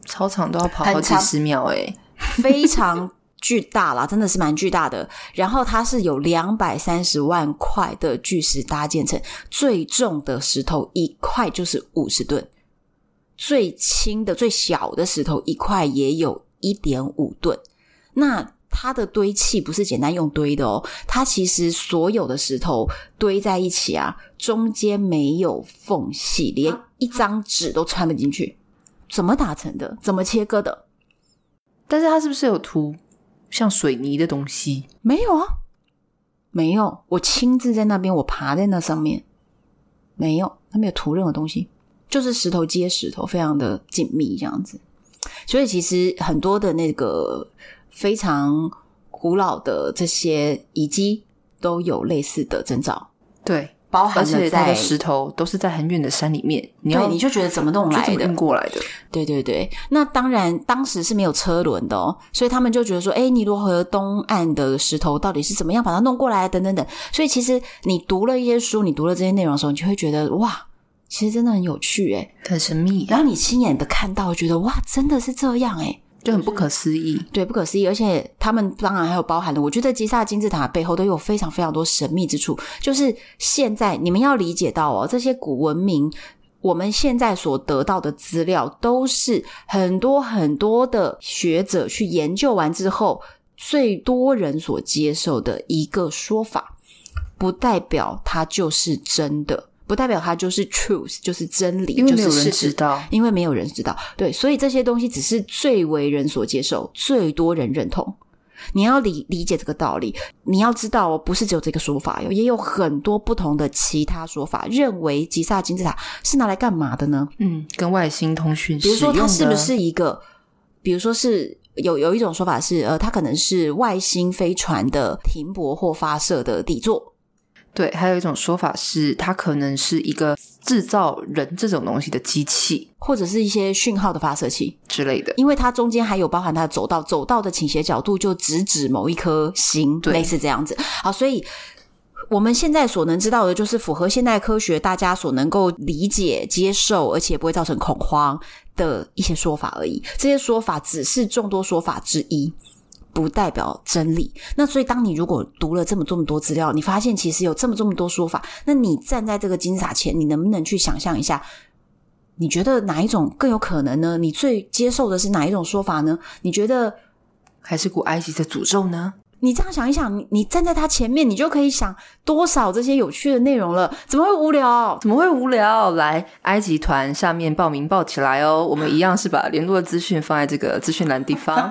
[SPEAKER 2] 操场都要跑
[SPEAKER 1] 很
[SPEAKER 2] 好几
[SPEAKER 1] 长
[SPEAKER 2] 十秒哎、
[SPEAKER 1] 非常巨大啦，真的是蛮巨大的。然后它是有两百三十万块的巨石搭建成，最重的石头一块就是五十吨，最轻的最小的石头一块也有一点五吨。那它的堆砌不是简单用堆的哦，它其实所有的石头堆在一起啊，中间没有缝隙，连一张纸都穿不进去。怎么打成的？怎么切割的？
[SPEAKER 2] 但是它是不是有涂像水泥的东西？
[SPEAKER 1] 没有啊，没有，我亲自在那边，我爬在那上面，没有，它没有涂任何东西，就是石头接石头，非常的紧密这样子。所以其实很多的那个非常古老的这些遗迹都有类似的征兆，
[SPEAKER 2] 对，
[SPEAKER 1] 包
[SPEAKER 2] 而
[SPEAKER 1] 含
[SPEAKER 2] 且
[SPEAKER 1] 了
[SPEAKER 2] 那
[SPEAKER 1] 哦在
[SPEAKER 2] 个石头都是在很远的山里面，你要
[SPEAKER 1] 对，你就觉得怎么弄
[SPEAKER 2] 就
[SPEAKER 1] 来
[SPEAKER 2] 这么
[SPEAKER 1] 的
[SPEAKER 2] 运？过来的，
[SPEAKER 1] 对对对，那当然当时是没有车轮的哦，所以他们就觉得说，哎，尼罗河东岸的石头到底是怎么样把它弄过来，等等等。所以其实你读了一些书，你读了这些内容的时候，你就会觉得哇，其实真的很有趣诶。
[SPEAKER 2] 很神秘，
[SPEAKER 1] 然后你亲眼的看到，觉得哇，真的是这样哎诶。
[SPEAKER 2] 就很不可思议。
[SPEAKER 1] 对，不可思议。而且他们当然还有包含了，我觉得吉萨金字塔背后都有非常非常多神秘之处。就是现在你们要理解到哦，这些古文明。我们现在所得到的资料都是很多很多的学者去研究完之后，最多人所接受的一个说法，不代表它就是真的，不代表它就是 truth，就是真理，
[SPEAKER 2] 因为没有
[SPEAKER 1] 就是
[SPEAKER 2] 人
[SPEAKER 1] 事实
[SPEAKER 2] 知道
[SPEAKER 1] 因为没有人知道，对，所以这些东西只是最为人所接受，最多人认同。你要理理解这个道理，你要知道哦，不是只有这个说法哟，也有很多不同的其他说法，认为吉萨金字塔是拿来干嘛的呢？
[SPEAKER 2] 嗯，跟外星通讯，
[SPEAKER 1] 比如说，它是不是一个，比如说是有有一种说法是，呃，它可能是外星飞船的停泊或发射的底座，
[SPEAKER 2] 对？还有一种说法是，它可能是一个制造人这种东西的机器
[SPEAKER 1] 或者是一些讯号的发射器。
[SPEAKER 2] 之类的。
[SPEAKER 1] 因为它中间还有包含它的走道，走道的倾斜角度就直指某一颗星，
[SPEAKER 2] 对
[SPEAKER 1] 类似这样子。好，所以。我们现在所能知道的，就是符合现代科学大家所能够理解、接受，而且不会造成恐慌的一些说法而已。这些说法只是众多说法之一，不代表真理。那所以，当你如果读了这么这么多资料，你发现其实有这么这么多说法，那你站在这个金字塔前，你能不能去想象一下，你觉得哪一种更有可能呢？你最接受的是哪一种说法呢？你觉得
[SPEAKER 2] 还是古埃及的诅咒呢？
[SPEAKER 1] 你这样想一想，你你站在他前面，你就可以想多少这些有趣的内容了，怎么会无聊？
[SPEAKER 2] 怎么会无聊？来埃及团下面报名报起来哦！我们一样是把联络资讯放在这个资讯栏 地方，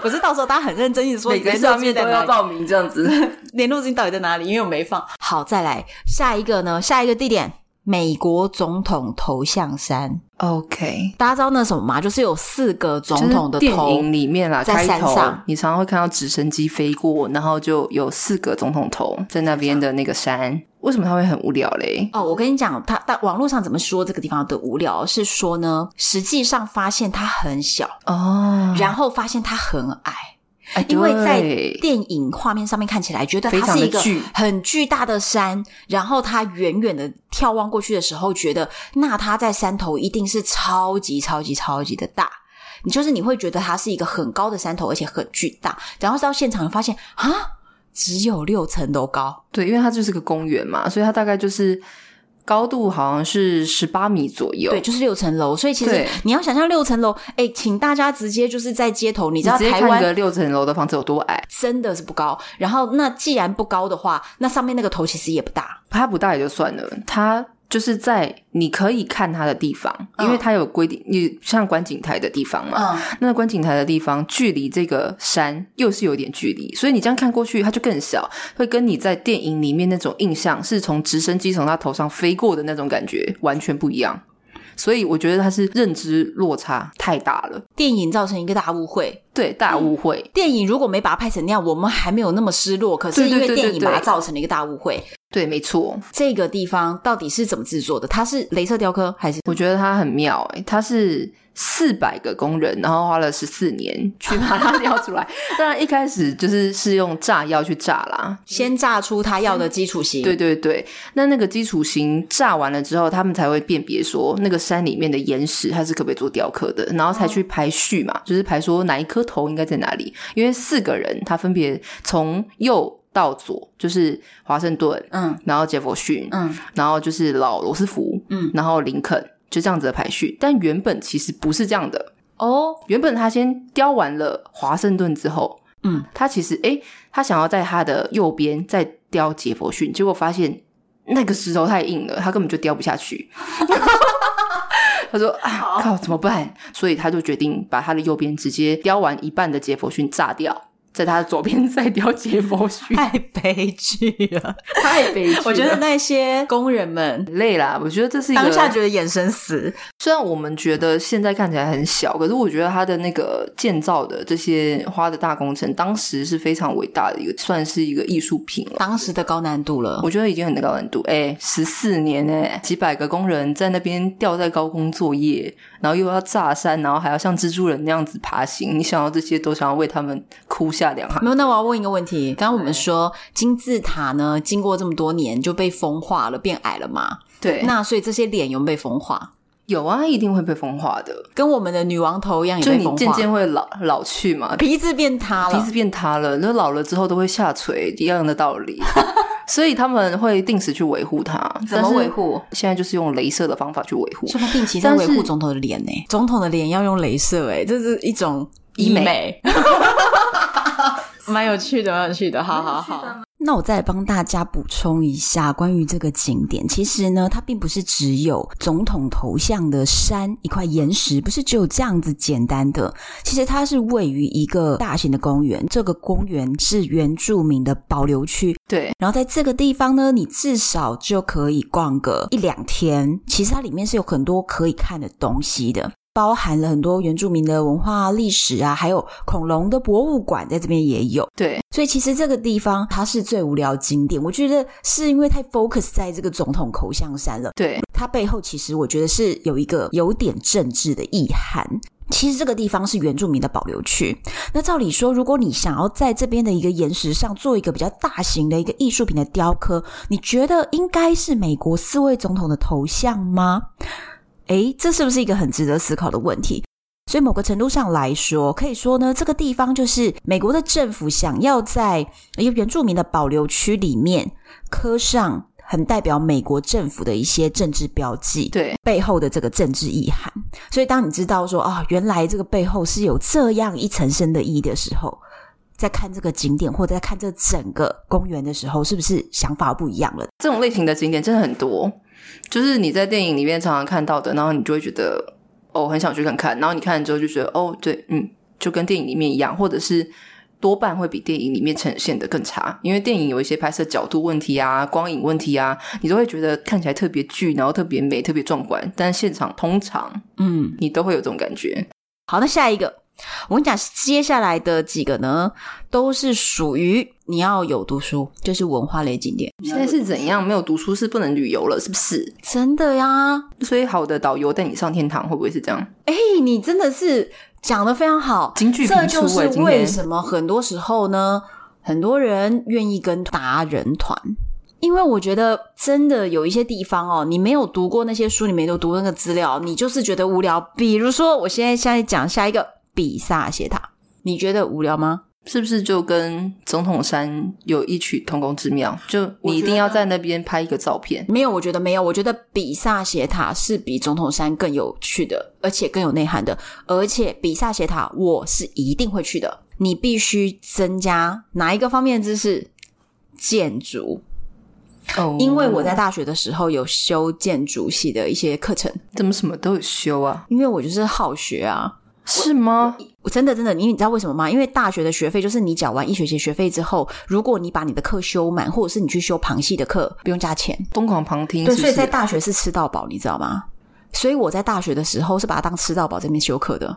[SPEAKER 1] 不是到时候大家很认真一直说
[SPEAKER 2] 每
[SPEAKER 1] 你的
[SPEAKER 2] 个
[SPEAKER 1] 热
[SPEAKER 2] 上
[SPEAKER 1] 情
[SPEAKER 2] 面都
[SPEAKER 1] 在哪
[SPEAKER 2] 要
[SPEAKER 1] 里
[SPEAKER 2] 报名这样子。
[SPEAKER 1] 联络金到底在哪里？因为我没放。好，再来下一个呢？下一个地点，美国总统头像山。
[SPEAKER 2] OK，
[SPEAKER 1] 大家知道那什么吗？就是有四个总统的
[SPEAKER 2] 就是电
[SPEAKER 1] 头。
[SPEAKER 2] 影里面啦，
[SPEAKER 1] 在
[SPEAKER 2] 开
[SPEAKER 1] 山
[SPEAKER 2] 头
[SPEAKER 1] 上
[SPEAKER 2] 你常常会看到直升机飞过，然后就有四个总统头在那边的那个山。为什么他会很无聊嘞？
[SPEAKER 1] 哦，我跟你讲，他他网络上怎么说这个地方的无聊？是说呢，实际上发现它很小，
[SPEAKER 2] 哦，
[SPEAKER 1] 然后发现它很矮。
[SPEAKER 2] 哎
[SPEAKER 1] 因为在
[SPEAKER 2] 对
[SPEAKER 1] 电影画面上面看起来，觉得
[SPEAKER 2] 非
[SPEAKER 1] 它
[SPEAKER 2] 常
[SPEAKER 1] 是
[SPEAKER 2] 的
[SPEAKER 1] 一个
[SPEAKER 2] 巨
[SPEAKER 1] 很巨大的山，然后它远远的眺望过去的时候，觉得那它在山头一定是超级超级超级的大。你就是你会觉得它是一个很高的山头，而且很巨大。然后到现场发现啊，只有六层楼高，
[SPEAKER 2] 对，因为它就是个公园嘛，所以它大概就是高度好像是十八米左右。
[SPEAKER 1] 对，就是六层楼。所以其实
[SPEAKER 2] 对
[SPEAKER 1] 你要想象六层楼，哎，请大家直接就是在街头，你
[SPEAKER 2] 你
[SPEAKER 1] 知道
[SPEAKER 2] 直接
[SPEAKER 1] 台
[SPEAKER 2] 看一
[SPEAKER 1] 湾
[SPEAKER 2] 个六层楼的房子有多矮，
[SPEAKER 1] 真的是不高。然后那既然不高的话，那上面那个头其实也不大。
[SPEAKER 2] 它不大也就算了，它就是在你可以看它的地方，
[SPEAKER 1] 嗯
[SPEAKER 2] 因为它有规定，你像观景台的地方嘛，
[SPEAKER 1] 嗯，
[SPEAKER 2] 那观景台的地方距离这个山又是有点距离，所以你这样看过去，它就更小，会跟你在电影里面那种印象是从直升机从它头上飞过的那种感觉完全不一样。所以我觉得它是认知落差太大了，
[SPEAKER 1] 电影造成一个大误会。
[SPEAKER 2] 对，大误会。
[SPEAKER 1] 电影如果没把它拍成那样，我们还没有那么失落。可是
[SPEAKER 2] 对对
[SPEAKER 1] 因为
[SPEAKER 2] 对对
[SPEAKER 1] 电影
[SPEAKER 2] 对
[SPEAKER 1] 把它造成了一个大误会，
[SPEAKER 2] 对，没错。
[SPEAKER 1] 这个地方到底是怎么制作的？它是镭射雕刻还是？
[SPEAKER 2] 我觉得它很妙诶、它是四百个工人，然后花了十四年去把它雕出来。 当然一开始就是是用炸药去炸啦，
[SPEAKER 1] 先炸出他要的基础型，
[SPEAKER 2] 对对对。那那个基础型炸完了之后，他们才会辨别说那个山里面的岩石它是可不可以做雕刻的，然后才去排序
[SPEAKER 1] 哦
[SPEAKER 2] 嘛，就是排说哪一颗头应该在哪里。因为四个人他分别从右。到左就是华盛顿，
[SPEAKER 1] 嗯
[SPEAKER 2] 然后杰佛逊，
[SPEAKER 1] 嗯，
[SPEAKER 2] 然后就是老罗斯福，
[SPEAKER 1] 嗯
[SPEAKER 2] 然后林肯，就这样子的排序。但原本其实不是这样的，
[SPEAKER 1] 哦，
[SPEAKER 2] 原本他先雕完了华盛顿之后，
[SPEAKER 1] 嗯，
[SPEAKER 2] 他其实诶，他想要在他的右边再雕杰佛逊，结果发现那个石头太硬了，他根本就雕不下去。 他说：“啊，靠，怎么办？”所以他就决定把他的右边直接雕完一半的杰佛逊炸掉，在他的左边再雕杰 佛逊，
[SPEAKER 1] 太悲剧 了。
[SPEAKER 2] 太悲剧了。
[SPEAKER 1] 我觉得那些工人们
[SPEAKER 2] 很累啦，我觉得这是一个
[SPEAKER 1] 当下觉得眼神死，
[SPEAKER 2] 虽然我们觉得现在看起来很小，可是我觉得它的那个建造的这些花的大工程，当时是非常伟大的一个，算是一个艺术品了。
[SPEAKER 1] 当时的高难度了。
[SPEAKER 2] 我觉得已经很高难度，哎、十四年哎、几百个工人在那边吊在高空作业，然后又要炸山，然后还要像蜘蛛人那样子爬行。你想到这些，都想要为他们哭下两行。
[SPEAKER 1] 没有，那我要问一个问题。刚刚
[SPEAKER 2] 哎
[SPEAKER 1] 我们说金字塔呢，经过这么多年就被风化了，变矮了嘛？
[SPEAKER 2] 对那
[SPEAKER 1] 那所以这些脸有没有被风化，
[SPEAKER 2] 有啊，一定会被风化的，
[SPEAKER 1] 跟我们的女王头一样也
[SPEAKER 2] 就
[SPEAKER 1] 被
[SPEAKER 2] 你
[SPEAKER 1] 风
[SPEAKER 2] 渐
[SPEAKER 1] 化，
[SPEAKER 2] 渐会老老去嘛，
[SPEAKER 1] 鼻子变塌
[SPEAKER 2] 鼻
[SPEAKER 1] 了
[SPEAKER 2] 子。变塌了，那老了之后都会下垂，一样的道 理。所以他们会定时去维护它，
[SPEAKER 1] 怎么维护？
[SPEAKER 2] 现在就是用镭射的方法去维护。
[SPEAKER 1] 说他定期在
[SPEAKER 2] 但
[SPEAKER 1] 维
[SPEAKER 2] 是
[SPEAKER 1] 护总统的脸呢、总统的脸要用镭射哎、这是一种医
[SPEAKER 2] 医
[SPEAKER 1] 美， 蛮有趣的，蛮有趣的，好好好。那我再来帮大家补充一下关于这个景点，其实呢，它并不是只有总统头像的山一块岩石，不是只有这样子简单的。其实它是位于一个大型的公园，这个公园是原住民的保留区，
[SPEAKER 2] 对，
[SPEAKER 1] 然后在这个地方呢，你至少就可以逛个一两天。其实它里面是有很多可以看的东西的，包含了很多原住民的文化啊、历史啊，还有恐龙的博物馆，在这边也有。
[SPEAKER 2] 对，
[SPEAKER 1] 所以其实这个地方它是最无聊景点，我觉得是因为太 focus 在这个总统口像山了。
[SPEAKER 2] 对，
[SPEAKER 1] 它背后其实我觉得是有一个有点政治的意涵。其实这个地方是原住民的保留区。那照理说，如果你想要在这边的一个岩石上做一个比较大型的一个艺术品的雕刻，你觉得应该是美国四位总统的头像吗？诶，这是不是一个很值得思考的问题？所以某个程度上来说，可以说呢，这个地方就是美国的政府想要在一个原住民的保留区里面刻上很代表美国政府的一些政治标记。
[SPEAKER 2] 对，
[SPEAKER 1] 背后的这个政治意涵。所以，当你知道说啊、原来这个背后是有这样一层深的意义的时候，在看这个景点或者在看这整个公园的时候，是不是想法不一样了？
[SPEAKER 2] 这种类型的景点真的很多，就是你在电影里面常常看到的，然后你就会觉得哦，很想去看看，然后你看了之后就觉得哦，对，嗯，就跟电影里面一样，或者是多半会比电影里面呈现的更差，因为电影有一些拍摄角度问题啊、光影问题啊，你都会觉得看起来特别巨，然后特别美、特别壮观，但现场通常
[SPEAKER 1] 嗯，
[SPEAKER 2] 你都会有这种感觉。
[SPEAKER 1] 好，那下一个，我跟你讲，接下来的几个呢，都是属于你要有读书，就是文化类景点，
[SPEAKER 2] 现在是怎样？没有读书是不能旅游了，是不是？
[SPEAKER 1] 真的呀。
[SPEAKER 2] 所以好的导游带你上天堂，会不会是这样？
[SPEAKER 1] 哎、你真的是讲的非常好，
[SPEAKER 2] 金句
[SPEAKER 1] 这
[SPEAKER 2] 频
[SPEAKER 1] 就
[SPEAKER 2] 出
[SPEAKER 1] 是
[SPEAKER 2] 欸今
[SPEAKER 1] 为
[SPEAKER 2] 天
[SPEAKER 1] 什么很多时候呢，很多人愿意跟达人团。因为我觉得真的有一些地方哦，你没有读过那些书，你没有读那个资料，你就是觉得无聊。比如说，我现在现在讲下一个比萨斜塔，你觉得无聊吗？
[SPEAKER 2] 是不是就跟总统山有异曲同工之妙？就你一定要在那边拍一个照片，
[SPEAKER 1] 没有，我觉得没有。我觉得比萨斜塔是比总统山更有趣的，而且更有内涵的。而且比萨斜塔我是一定会去的。你必须增加哪一个方面的知识？建筑，
[SPEAKER 2] 哦
[SPEAKER 1] 因为我在大学的时候有修建筑系的一些课程，
[SPEAKER 2] 怎么什么都有修啊？
[SPEAKER 1] 因为我就是好学啊。
[SPEAKER 2] 是吗？
[SPEAKER 1] 我真的真的，因为你知道为什么吗？因为大学的学费就是你缴完一学期学费之后，如果你把你的课修满，或者是你去修旁系的课，不用加钱。
[SPEAKER 2] 疯狂旁听
[SPEAKER 1] 对，
[SPEAKER 2] 是
[SPEAKER 1] 所
[SPEAKER 2] 不
[SPEAKER 1] 以在
[SPEAKER 2] 是？
[SPEAKER 1] 大学是吃到饱，你知道吗？所以我在大学的时候是把它当吃到饱这边修课的，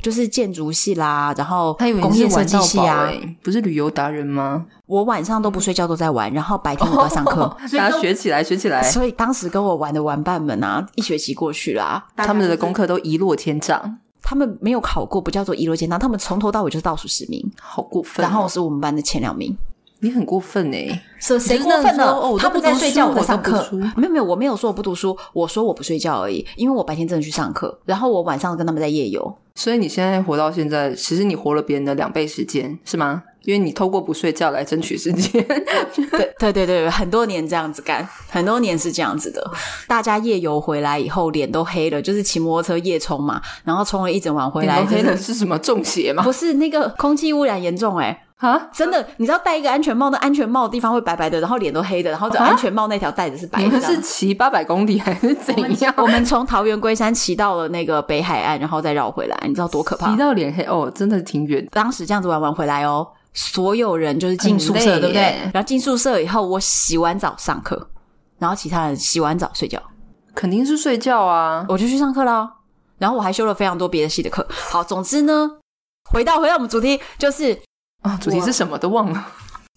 [SPEAKER 1] 就是建筑系啦，然后
[SPEAKER 2] 他以为
[SPEAKER 1] 工
[SPEAKER 2] 你
[SPEAKER 1] 业
[SPEAKER 2] 是
[SPEAKER 1] 设
[SPEAKER 2] 玩
[SPEAKER 1] 计
[SPEAKER 2] 到
[SPEAKER 1] 系
[SPEAKER 2] 宝
[SPEAKER 1] 啊，
[SPEAKER 2] 欸，不是旅游达人吗？哦
[SPEAKER 1] 我晚上都不睡觉都在玩，然后白天我都在上 课。
[SPEAKER 2] 大家学起来，学起来，
[SPEAKER 1] 所以当时跟我玩的玩伴们啊，一学期过去啦，
[SPEAKER 2] 他们的功课都一落千丈，
[SPEAKER 1] 他们没有考过，不叫做一落千丈，他们从头到尾就是倒数十名，
[SPEAKER 2] 好过分哦。
[SPEAKER 1] 然后我是我们班的前两名。
[SPEAKER 2] 你很过分哎，
[SPEAKER 1] 是谁
[SPEAKER 2] 你
[SPEAKER 1] 过
[SPEAKER 2] 就是那
[SPEAKER 1] 分
[SPEAKER 2] 时
[SPEAKER 1] 了？
[SPEAKER 2] 候哦我都
[SPEAKER 1] 他
[SPEAKER 2] 不
[SPEAKER 1] 们
[SPEAKER 2] 读
[SPEAKER 1] 在睡
[SPEAKER 2] 书
[SPEAKER 1] 觉，
[SPEAKER 2] 我
[SPEAKER 1] 在
[SPEAKER 2] 都
[SPEAKER 1] 上
[SPEAKER 2] 不
[SPEAKER 1] 课
[SPEAKER 2] 读书。
[SPEAKER 1] 没有没有，我没有说我不读书，我说我不睡觉而已，因为我白天真的去上课，然后我晚上跟他们在夜 游。
[SPEAKER 2] 所以你现在活到现在，其实你活了别人的两倍时间，是吗？因为你透过不睡觉来争取时间，
[SPEAKER 1] 对对对对，很多年这样子干，很多年是这样子的。大家夜游回来以后，脸都黑了，就是骑摩托车夜冲嘛，然后冲了一整晚 回来，
[SPEAKER 2] 你们黑
[SPEAKER 1] 真
[SPEAKER 2] 的
[SPEAKER 1] 的
[SPEAKER 2] 是什么中邪 吗？
[SPEAKER 1] 不是那个空气污染严重哎、
[SPEAKER 2] 啊，
[SPEAKER 1] 真的，你知道戴一个安全帽，那安全帽的地方会白白的，然后脸都黑的，然后这
[SPEAKER 2] 啊
[SPEAKER 1] 安全帽那条带子是白
[SPEAKER 2] 你
[SPEAKER 1] 的
[SPEAKER 2] 们
[SPEAKER 1] 这样
[SPEAKER 2] 是
[SPEAKER 1] 子。
[SPEAKER 2] 骑八百公里还是怎样？
[SPEAKER 1] 我们从桃园龟山骑到了那个北海岸，然后再绕回来，你知道多可怕
[SPEAKER 2] 骑？到脸黑哦，真的挺远。
[SPEAKER 1] 当时这样子玩完回来哦，所有人就是进宿
[SPEAKER 2] 很累
[SPEAKER 1] 舍，对不对
[SPEAKER 2] 耶？
[SPEAKER 1] 然后进宿舍以后，我洗完澡上课，然后其他人洗完澡睡觉，
[SPEAKER 2] 肯定是睡觉啊。
[SPEAKER 1] 我就去上课啦。然后我还修了非常多别的系的课。好，总之呢，回到回到我们主题，就是
[SPEAKER 2] 啊、主题是什么都忘了。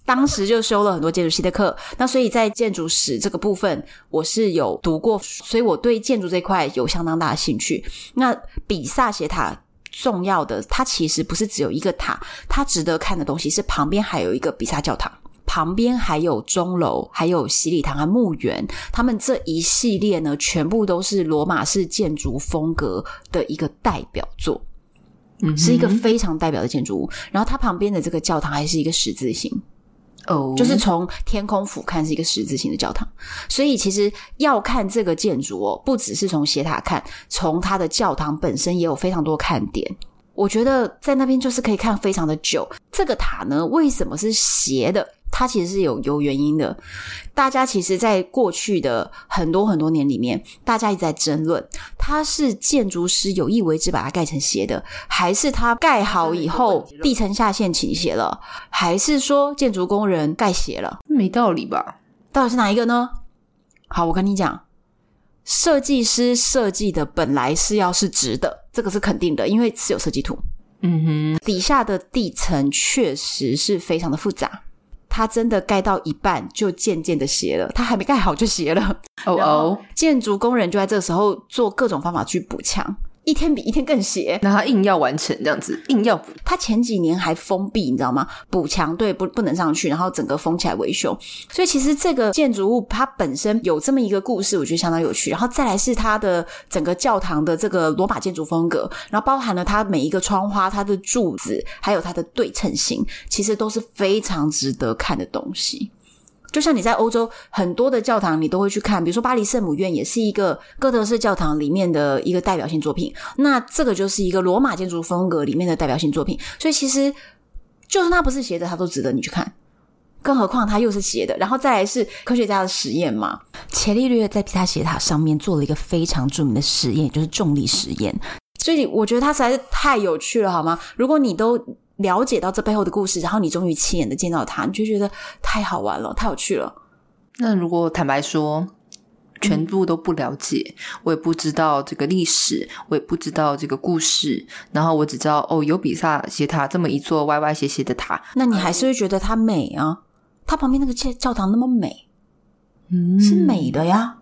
[SPEAKER 1] 当时就修了很多建筑系的课，那所以在建筑史这个部分，我是有读过，所以我对建筑这块有相当大的兴趣。那比萨斜塔重要的，它其实不是只有一个塔，它值得看的东西是旁边还有一个比萨教堂。旁边还有钟楼，还有洗礼堂和墓园，他们这一系列呢，全部都是罗马式建筑风格的一个代表作，
[SPEAKER 2] 嗯
[SPEAKER 1] 是一个哦非常代表的建筑物。然后它旁边的这个教堂还是一个十字形，
[SPEAKER 2] 哦
[SPEAKER 1] 就是从天空俯瞰是一个十字形的教堂，所以其实要看这个建筑哦，不只是从斜塔看，从它的教堂本身也有非常多看点。我觉得在那边就是可以看非常的久。这个塔呢，为什么是斜的？它其实是有有原因的。大家其实，在过去的很多很多年里面，大家一直在争论，它是建筑师有意为之把它盖成斜的，还是它盖好以后地层下陷倾斜了，还是说建筑工人盖斜了？
[SPEAKER 2] 没道理吧？
[SPEAKER 1] 到底是哪一个呢？好，我跟你讲，设计师设计的本来是要是直的，这个是肯定的，因为是有设计图。
[SPEAKER 2] 嗯
[SPEAKER 1] 底下的地层确实是非常的复杂，它真的盖到一半就渐渐的斜了，它还没盖好就斜了。
[SPEAKER 2] 哼，哦哦，
[SPEAKER 1] 建筑工人就在这个时候做各种方法去补强，一天比一天更斜。
[SPEAKER 2] 那他硬要完成这样子，硬要补
[SPEAKER 1] 他前几年还封闭，你知道吗？补强队不不能上去，然后整个封起来维修。所以其实这个建筑物它本身有这么一个故事，我觉得相当有趣。然后再来是它的整个教堂的这个罗马建筑风格，然后包含了它每一个窗花、它的柱子，还有它的对称性，其实都是非常值得看的东西。就像你在欧洲很多的教堂，你都会去看，比如说巴黎圣母院也是一个哥德式教堂里面的一个代表性作品。那这个就是一个罗马建筑风格里面的代表性作品，所以其实就算它不是斜的，它都值得你去看。更何况它又是斜的，然后再来是科学家的实验嘛。伽利略在比萨斜塔上面做了一个非常著名的实验，就是重力实验。所以我觉得它实在是太有趣了，好吗？如果你都了解到这背后的故事，然后你终于亲眼的见到它，你就觉得太好玩了，太有趣了。
[SPEAKER 2] 那如果坦白说，全
[SPEAKER 1] 嗯
[SPEAKER 2] 部都不了解，我也不知道这个历史，我也不知道这个故事，然后我只知道哦，有比萨斜塔这么一座歪歪斜斜的塔，
[SPEAKER 1] 那你还是会觉得它美啊？它旁边那个教教堂那么美，
[SPEAKER 2] 嗯
[SPEAKER 1] 是美的呀，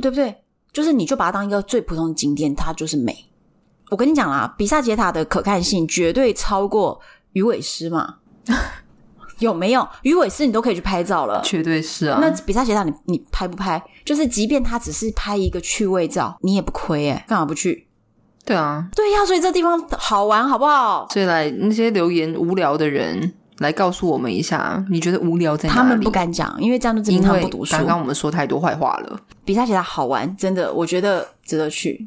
[SPEAKER 1] 对不对？就是你就把它当一个最普通的景点，它就是美。我跟你讲啦，比萨斜塔的可看性绝对超过鱼尾狮嘛，有没有？鱼尾狮你都可以去拍照了。
[SPEAKER 2] 绝对是啊。
[SPEAKER 1] 那比萨斜塔你你拍不拍？就是即便它只是拍一个趣味照，你也不亏哎、干嘛不去？
[SPEAKER 2] 对啊，
[SPEAKER 1] 对呀、所以这地方好玩，好不好？
[SPEAKER 2] 所以来那些留言无聊的人来告诉我们一下，你觉得无聊在哪里？
[SPEAKER 1] 他们不，敢讲，因为这样就证
[SPEAKER 2] 因
[SPEAKER 1] 明他
[SPEAKER 2] 为
[SPEAKER 1] 们不读书。
[SPEAKER 2] 刚刚我们说太多坏话了。
[SPEAKER 1] 比萨斜塔好玩，真的，我觉得值得去。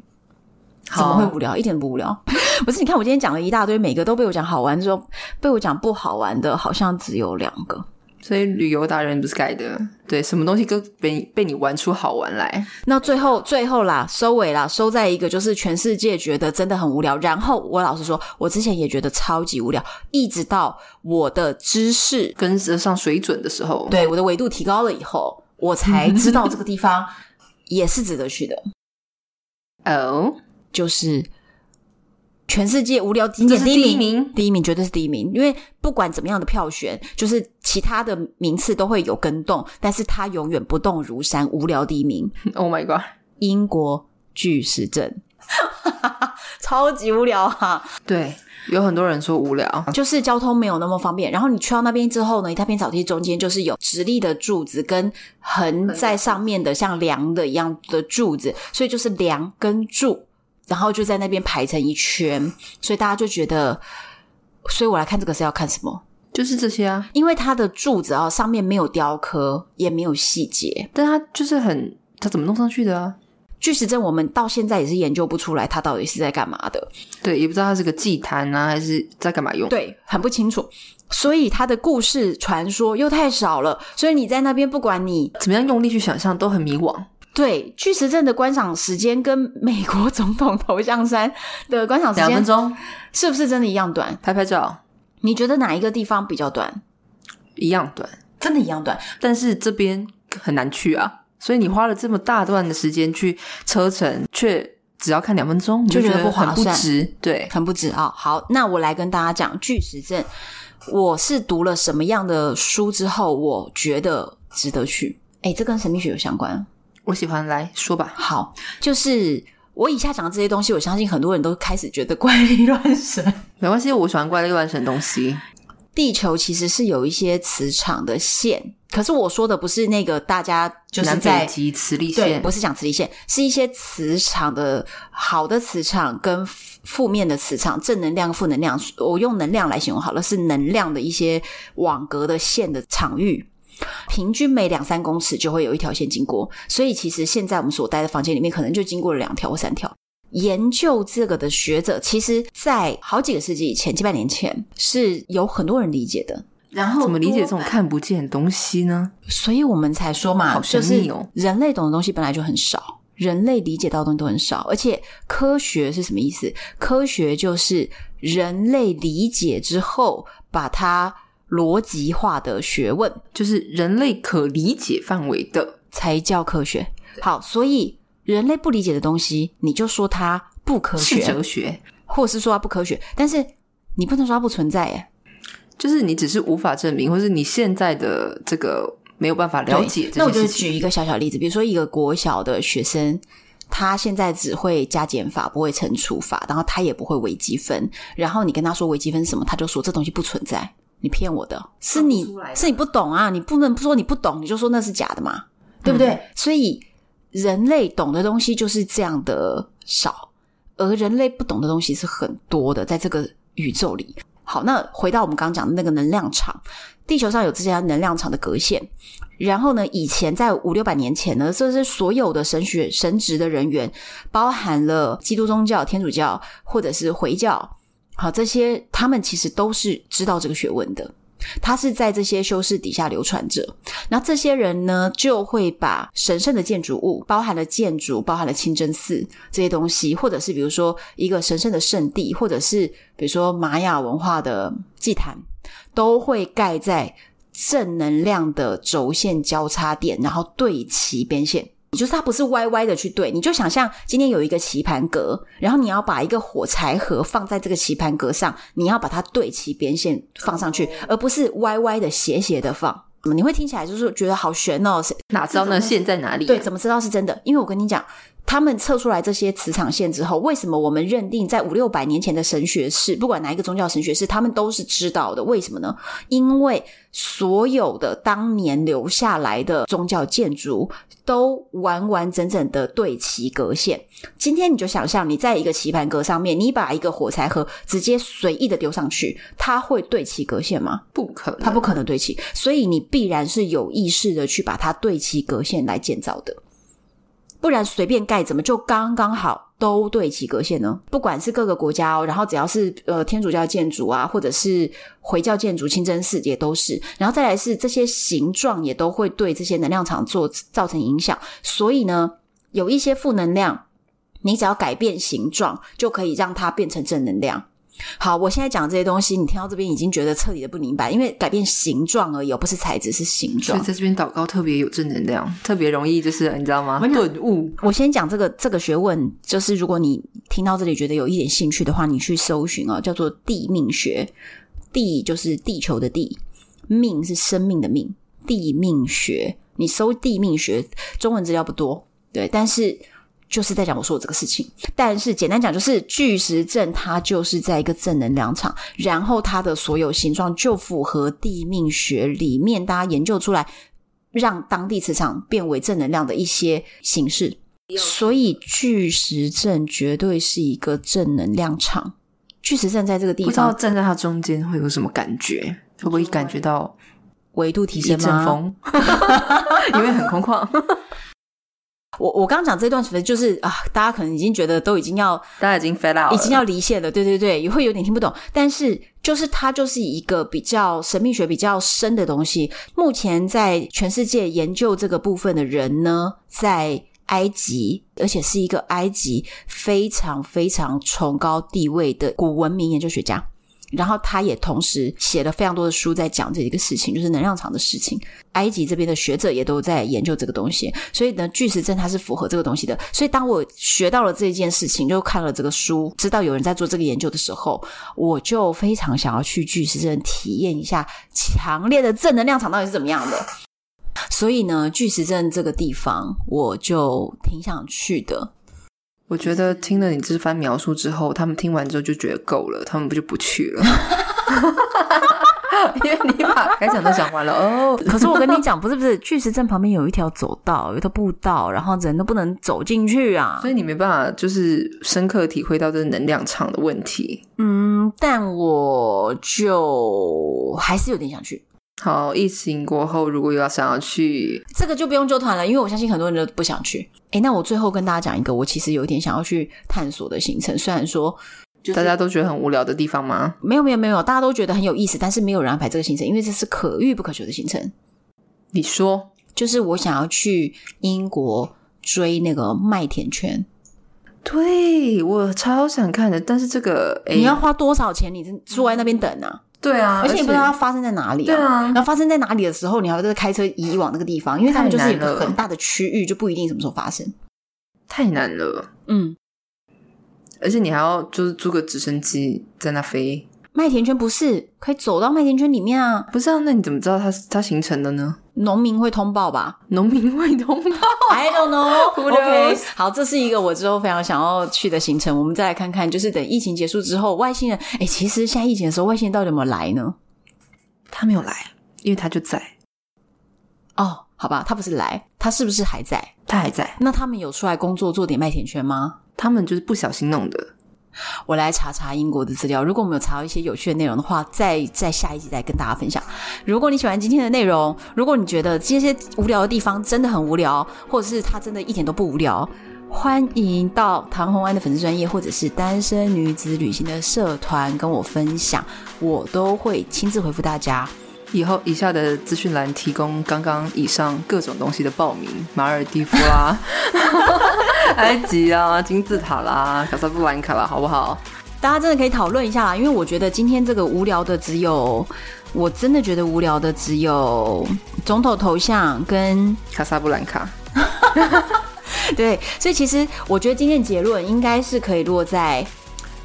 [SPEAKER 1] 怎么会
[SPEAKER 2] 好
[SPEAKER 1] 无聊？一点都不无聊。不是，你看我今天讲了一大堆，每个都被我讲好玩，之后被我讲不好玩的，好像只有两个。
[SPEAKER 2] 所以旅游达人不是盖的，对，什么东西都被被你玩出好玩来。
[SPEAKER 1] 那最后最后啦，收尾啦，收在一个就是全世界觉得真的很无聊。然后我老实说，我之前也觉得超级无聊，一直到我的知识
[SPEAKER 2] 跟得上水准的时候，
[SPEAKER 1] 对我的维度提高了以后，我才知道这个地方也是值得去的。
[SPEAKER 2] 哦，
[SPEAKER 1] 就是全世界无聊景点
[SPEAKER 2] 这是
[SPEAKER 1] 第
[SPEAKER 2] 第一名
[SPEAKER 1] 第一名绝对是第一名，因为不管怎么样的票选，就是其他的名次都会有跟动，但是它永远不动如山，无聊第一名，
[SPEAKER 2] Oh my god！
[SPEAKER 1] 英国巨石阵， 超级无聊啊！
[SPEAKER 2] 对，有很多人说无聊，
[SPEAKER 1] 就是交通没有那么方便。然后你去到那边之后呢，一大片草地中间就是有直立的柱子跟横在上面的像梁的一样的柱子，所以就是梁跟柱，然后就在那边排成一圈，所以大家就觉得，所以我来看这个是要看什么？
[SPEAKER 2] 就是这些啊。
[SPEAKER 1] 因为它的柱子啊上面没有雕刻，也没有细节。
[SPEAKER 2] 但他就是很，他怎么弄上去的啊？
[SPEAKER 1] 巨石阵我们到现在也是研究不出来它到底是在干嘛的。
[SPEAKER 2] 对，也不知道他是个祭坛啊，还是在干嘛用？，
[SPEAKER 1] 对，很不清楚。所以他的故事传说又太少了，所以你在那边不管你
[SPEAKER 2] 怎么样用力去想象都很迷惘。
[SPEAKER 1] 对巨石阵的观赏时间跟美国总统头像山的观赏时
[SPEAKER 2] 两分
[SPEAKER 1] 间
[SPEAKER 2] 钟
[SPEAKER 1] 是不是真的一样短？
[SPEAKER 2] 拍拍照
[SPEAKER 1] 你觉得哪一个地方比较短？
[SPEAKER 2] 一样短，
[SPEAKER 1] 真的一样短，
[SPEAKER 2] 但是这边很难去啊，所以你花了这么大段的时间去车程，却只要看两分钟，你
[SPEAKER 1] 就
[SPEAKER 2] 觉
[SPEAKER 1] 觉得
[SPEAKER 2] 得
[SPEAKER 1] 不划
[SPEAKER 2] 很不
[SPEAKER 1] 算
[SPEAKER 2] 值。对，
[SPEAKER 1] 很不值啊、好，那我来跟大家讲巨石阵，我是读了什么样的书之后，我觉得值得去。哎，这跟神秘学有相关啊。
[SPEAKER 2] 我喜欢，来说吧。
[SPEAKER 1] 好，就是我以下讲的这些东西，我相信很多人都开始觉得 怪力乱神。
[SPEAKER 2] 没关系，我喜欢怪力乱神的东西。
[SPEAKER 1] 地球其实是有一些磁场的线，可是我说的不是那个大家就是
[SPEAKER 2] 南
[SPEAKER 1] 在
[SPEAKER 2] 北极磁力
[SPEAKER 1] 对，
[SPEAKER 2] 线
[SPEAKER 1] 不，是讲磁力线，是一些磁场的好的磁场跟负负面的磁场，正能量、负能量，我用能量来形容好了，是能量的一些网格的线的场域。平均每两三公尺就会有一条线经过，所以其实现在我们所待的房间里面，可能就经过了两条或三条。研究这个的学者，其实在好几个世纪以前，几百年前是有很多人理解的，
[SPEAKER 2] 然后怎么理解这种看不见的东西呢？
[SPEAKER 1] 所以我们才说嘛，
[SPEAKER 2] 好
[SPEAKER 1] 就
[SPEAKER 2] 神
[SPEAKER 1] 是
[SPEAKER 2] 秘哦
[SPEAKER 1] 人类懂的东西本来就很少，人类理解到的东西都很少，而且科学是什么意思？科学就是人类理解之后，把它逻辑化的学问
[SPEAKER 2] 就是人类可理解范围的，
[SPEAKER 1] 才叫科学。好，所以人类不理解的东西，你就说它不科
[SPEAKER 2] 是哲
[SPEAKER 1] 学，
[SPEAKER 2] 学，
[SPEAKER 1] 或是说它不科学，但是你不能说它不存在耶。
[SPEAKER 2] 就是你只是无法证明，或是你现在的这个没有办法了
[SPEAKER 1] 对
[SPEAKER 2] 解这
[SPEAKER 1] 那我
[SPEAKER 2] 件
[SPEAKER 1] 就
[SPEAKER 2] 事情。
[SPEAKER 1] 举一个小小例子，比如说一个国小的学生，他现在只会加减法，不会乘除法，然后他也不会微积分。然后你跟他说微积分是什么，他就说这东西不存在，你骗我的，是你
[SPEAKER 2] 看不出来的
[SPEAKER 1] 是你不懂啊，你不能说你不懂，你就说那是假的嘛，对不对？
[SPEAKER 2] 嗯
[SPEAKER 1] 所以人类懂的东西就是这样的少，而人类不懂的东西是很多的，在这个宇宙里。好，那回到我们刚刚讲的那个能量场，地球上有这些能量场的隔线，然后呢，以前在五六百年前呢，这是所有的神学神职的人员，包含了基督宗教、天主教或者是回教，好，这些他们其实都是知道这个学问的。它是在这些修士底下流传着，然后这些人呢，就会把神圣的建筑物，包含了建筑、包含了清真寺这些东西，或者是比如说一个神圣的圣地，或者是比如说玛雅文化的祭坛，都会盖在正能量的轴线交叉点，然后对齐边线。也就是它不是歪歪的去对，你就想象今天有一个棋盘格，然后你要把一个火柴盒放在这个棋盘格上，你要把它对齐边线放上去，而不是歪歪的斜斜的放。你会听起来就是觉得好悬哦，谁
[SPEAKER 2] 哪知道那线在哪里、啊
[SPEAKER 1] 对，，怎么知道是真的？因为我跟你讲，他们测出来这些磁场线之后，为什么我们认定在五六百年前的神学士，不管哪一个宗教神学士，他们都是知道的？为什么呢？因为所有的当年留下来的宗教建筑都完完整整的对齐格线。今天你就想象你在一个棋盘格上面，你把一个火柴盒直接随意的丢上去，它会对齐格线吗？
[SPEAKER 2] 不可能，
[SPEAKER 1] 它不可能对齐，所以你必然是有意识的去把它对齐格线来建造的，不然随便盖怎么就刚刚好都对齐格线呢？不管是各个国家哦，然后只要是呃天主教建筑啊，或者是回教建筑、清真寺也都是，然后再来是这些形状也都会对这些能量场做造成影响，所以呢，有一些负能量，你只要改变形状就可以让它变成正能量。好，我现在讲这些东西，你听到这边已经觉得彻底的不明白，因为改变形状而已哦，不是材质，是形
[SPEAKER 2] 所以
[SPEAKER 1] 状。
[SPEAKER 2] 在这边祷告特别有正能量，特别容易就是你知道吗？顿悟。
[SPEAKER 1] 我先讲这个这个学问，就是如果你听到这里觉得有一点兴趣的话，你去搜寻哦，叫做地命学。地就是地球的地，命是生命的命，地命学。你搜地命学，中文资料不多，对，但是就是在讲我说的这个事情。但是简单讲，就是巨石阵它就是在一个正能量场，然后它的所有形状就符合地命学里面大家研究出来，让当地磁场变为正能量的一些形式。所以巨石阵绝对是一个正能量场。巨石阵在这个地
[SPEAKER 2] 不知道
[SPEAKER 1] 方
[SPEAKER 2] 站在它中间会有什么感觉，会不会感觉到
[SPEAKER 1] 维度提
[SPEAKER 2] 一
[SPEAKER 1] 升
[SPEAKER 2] 阵
[SPEAKER 1] 吗？
[SPEAKER 2] 风，因为很空旷，
[SPEAKER 1] 我我刚讲这段，其实就是啊，大家可能已经觉得都已经要
[SPEAKER 2] 大家已经 fade out，了
[SPEAKER 1] 已经要离线了，对对对，也会有点听不懂。但是就是它就是一个比较神秘学比较深的东西。目前在全世界研究这个部分的人呢，在埃及，而且是一个埃及非常非常崇高地位的古文明研究学家。然后他也同时写了非常多的书，在讲这一个事情，就是能量场的事情。埃及这边的学者也都在研究这个东西，所以呢，巨石阵它是符合这个东西的。所以当我学到了这件事情，就看了这个书，知道有人在做这个研究的时候，我就非常想要去巨石阵体验一下强烈的正能量场到底是怎么样的。所以呢，巨石阵这个地方我就挺想去的。
[SPEAKER 2] 我觉得听了你这番描述之后，他们听完之后就觉得够了，他们不就不去 了。因为你把该讲都讲完了哦，
[SPEAKER 1] 可是我跟你讲，不是不是，巨石阵旁边有一条走道，有一条步道，然后人都不能走进去啊
[SPEAKER 2] 所。以你没办法就是深刻体会到这能量场的问题。
[SPEAKER 1] 嗯，但我就还是有点想去。
[SPEAKER 2] 好，疫情过后如果又要想要去，
[SPEAKER 1] 这个就不用纠团了，因为我相信很多人都不想去。诶，那我最后跟大家讲一个，我其实有一点想要去探索的行程，虽然说
[SPEAKER 2] 大家都觉得很无聊的地方吗？
[SPEAKER 1] 没有没有没有，大家都觉得很有意思，但是没有人安排这个行程，因为这是可遇不可求的行程。
[SPEAKER 2] 你说
[SPEAKER 1] 就是我想要去英国追那个麦田圈，
[SPEAKER 2] 对，我超想看的，但是这个哎
[SPEAKER 1] 你要花多少钱？你是坐在那边等啊？
[SPEAKER 2] 对啊，
[SPEAKER 1] 而且你不知道它发生在哪里、啊。
[SPEAKER 2] 对啊
[SPEAKER 1] 然后发生在哪里的时候，你还要再开车移往那个地方，因为他们就是有一
[SPEAKER 2] 太难
[SPEAKER 1] 个
[SPEAKER 2] 了
[SPEAKER 1] 很大的区域，就不一定什么时候发生。
[SPEAKER 2] 太难了，
[SPEAKER 1] 嗯，
[SPEAKER 2] 而且你还要就是租个直升机在那飞，
[SPEAKER 1] 麦田圈不是可以走到麦田圈里面啊？
[SPEAKER 2] 不是啊？那你怎么知道它它形成的呢？
[SPEAKER 1] 农民会通报吧？
[SPEAKER 2] 农民会通报，
[SPEAKER 1] I don't know.
[SPEAKER 2] Who
[SPEAKER 1] OK，
[SPEAKER 2] knows?
[SPEAKER 1] 好，这是一个我之后非常想要去的行程。我们再来看看，就是等疫情结束之后，外星人，哎，其实现在疫情的时候，外星人到底有没有来呢？
[SPEAKER 2] 他没有来，因为他就在，
[SPEAKER 1] 哦，好吧，他不是来，他是不是还在？
[SPEAKER 2] 他还在，
[SPEAKER 1] 那他们有出来工作做点麦田圈吗？
[SPEAKER 2] 他们就是不小心弄的。
[SPEAKER 1] 我来查查英国的资料。如果我们有查到一些有趣的内容的话，再在下一集再跟大家分享。如果你喜欢今天的内容，如果你觉得这些无聊的地方真的很无聊，或者是它真的一点都不无聊，欢迎到唐红安的粉丝专业或者是单身女子旅行的社团跟我分享，我都会亲自回复大家。
[SPEAKER 2] 以后以下的资讯栏提供刚刚以上各种东西的报名，马尔蒂夫 啦、埃及啊、金字塔啦、卡萨布兰卡啦，好不好？
[SPEAKER 1] 大家真的可以讨论一下啦，因为我觉得今天这个无聊的只有，我真的觉得无聊的只有总统头像跟
[SPEAKER 2] 卡萨布兰卡，
[SPEAKER 1] 对，所以其实我觉得今天的结论应该是可以落在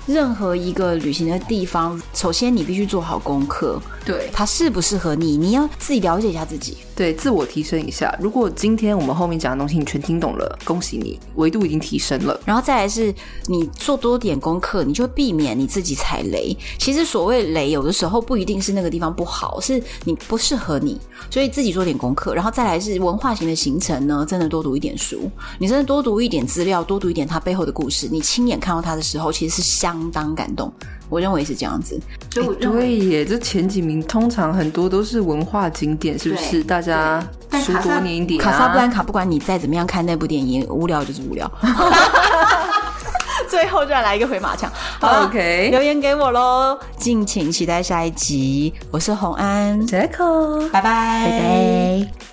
[SPEAKER 1] 任何一个旅行的地方。首先，你必须做好功课，
[SPEAKER 2] 对
[SPEAKER 1] 它适不适合你，你要自己了解一下自己。
[SPEAKER 2] 对，自我提升一下。如果今天我们后面讲的东西你全听懂了，恭喜你，维度已经提升了。
[SPEAKER 1] 然后再来是，你做多点功课，你就避免你自己踩雷。其实所谓雷，有的时候不一定是那个地方不好，是你不适合你，所以自己做点功课。然后再来是文化型的行程呢，真的多读一点书，你真的多读一点资料，多读一点它背后的故事。你亲眼看到它的时候，其实是相当感动。我认为是这样子，所以我
[SPEAKER 2] 哎对耶，这前几名通常很多都是文化景点，是不
[SPEAKER 1] 对
[SPEAKER 2] 是？大家
[SPEAKER 1] 但
[SPEAKER 2] 书
[SPEAKER 1] 卡萨
[SPEAKER 2] 多念一点、啊。
[SPEAKER 1] 卡萨布兰卡，不管你再怎么样看那部电影，无聊就是无聊。 最后就要来一个回马枪，好啊啦
[SPEAKER 2] OK
[SPEAKER 1] 留言给我喽，敬请期待下一集。我是红安，
[SPEAKER 2] 杰克。
[SPEAKER 1] 拜拜，拜
[SPEAKER 3] 拜。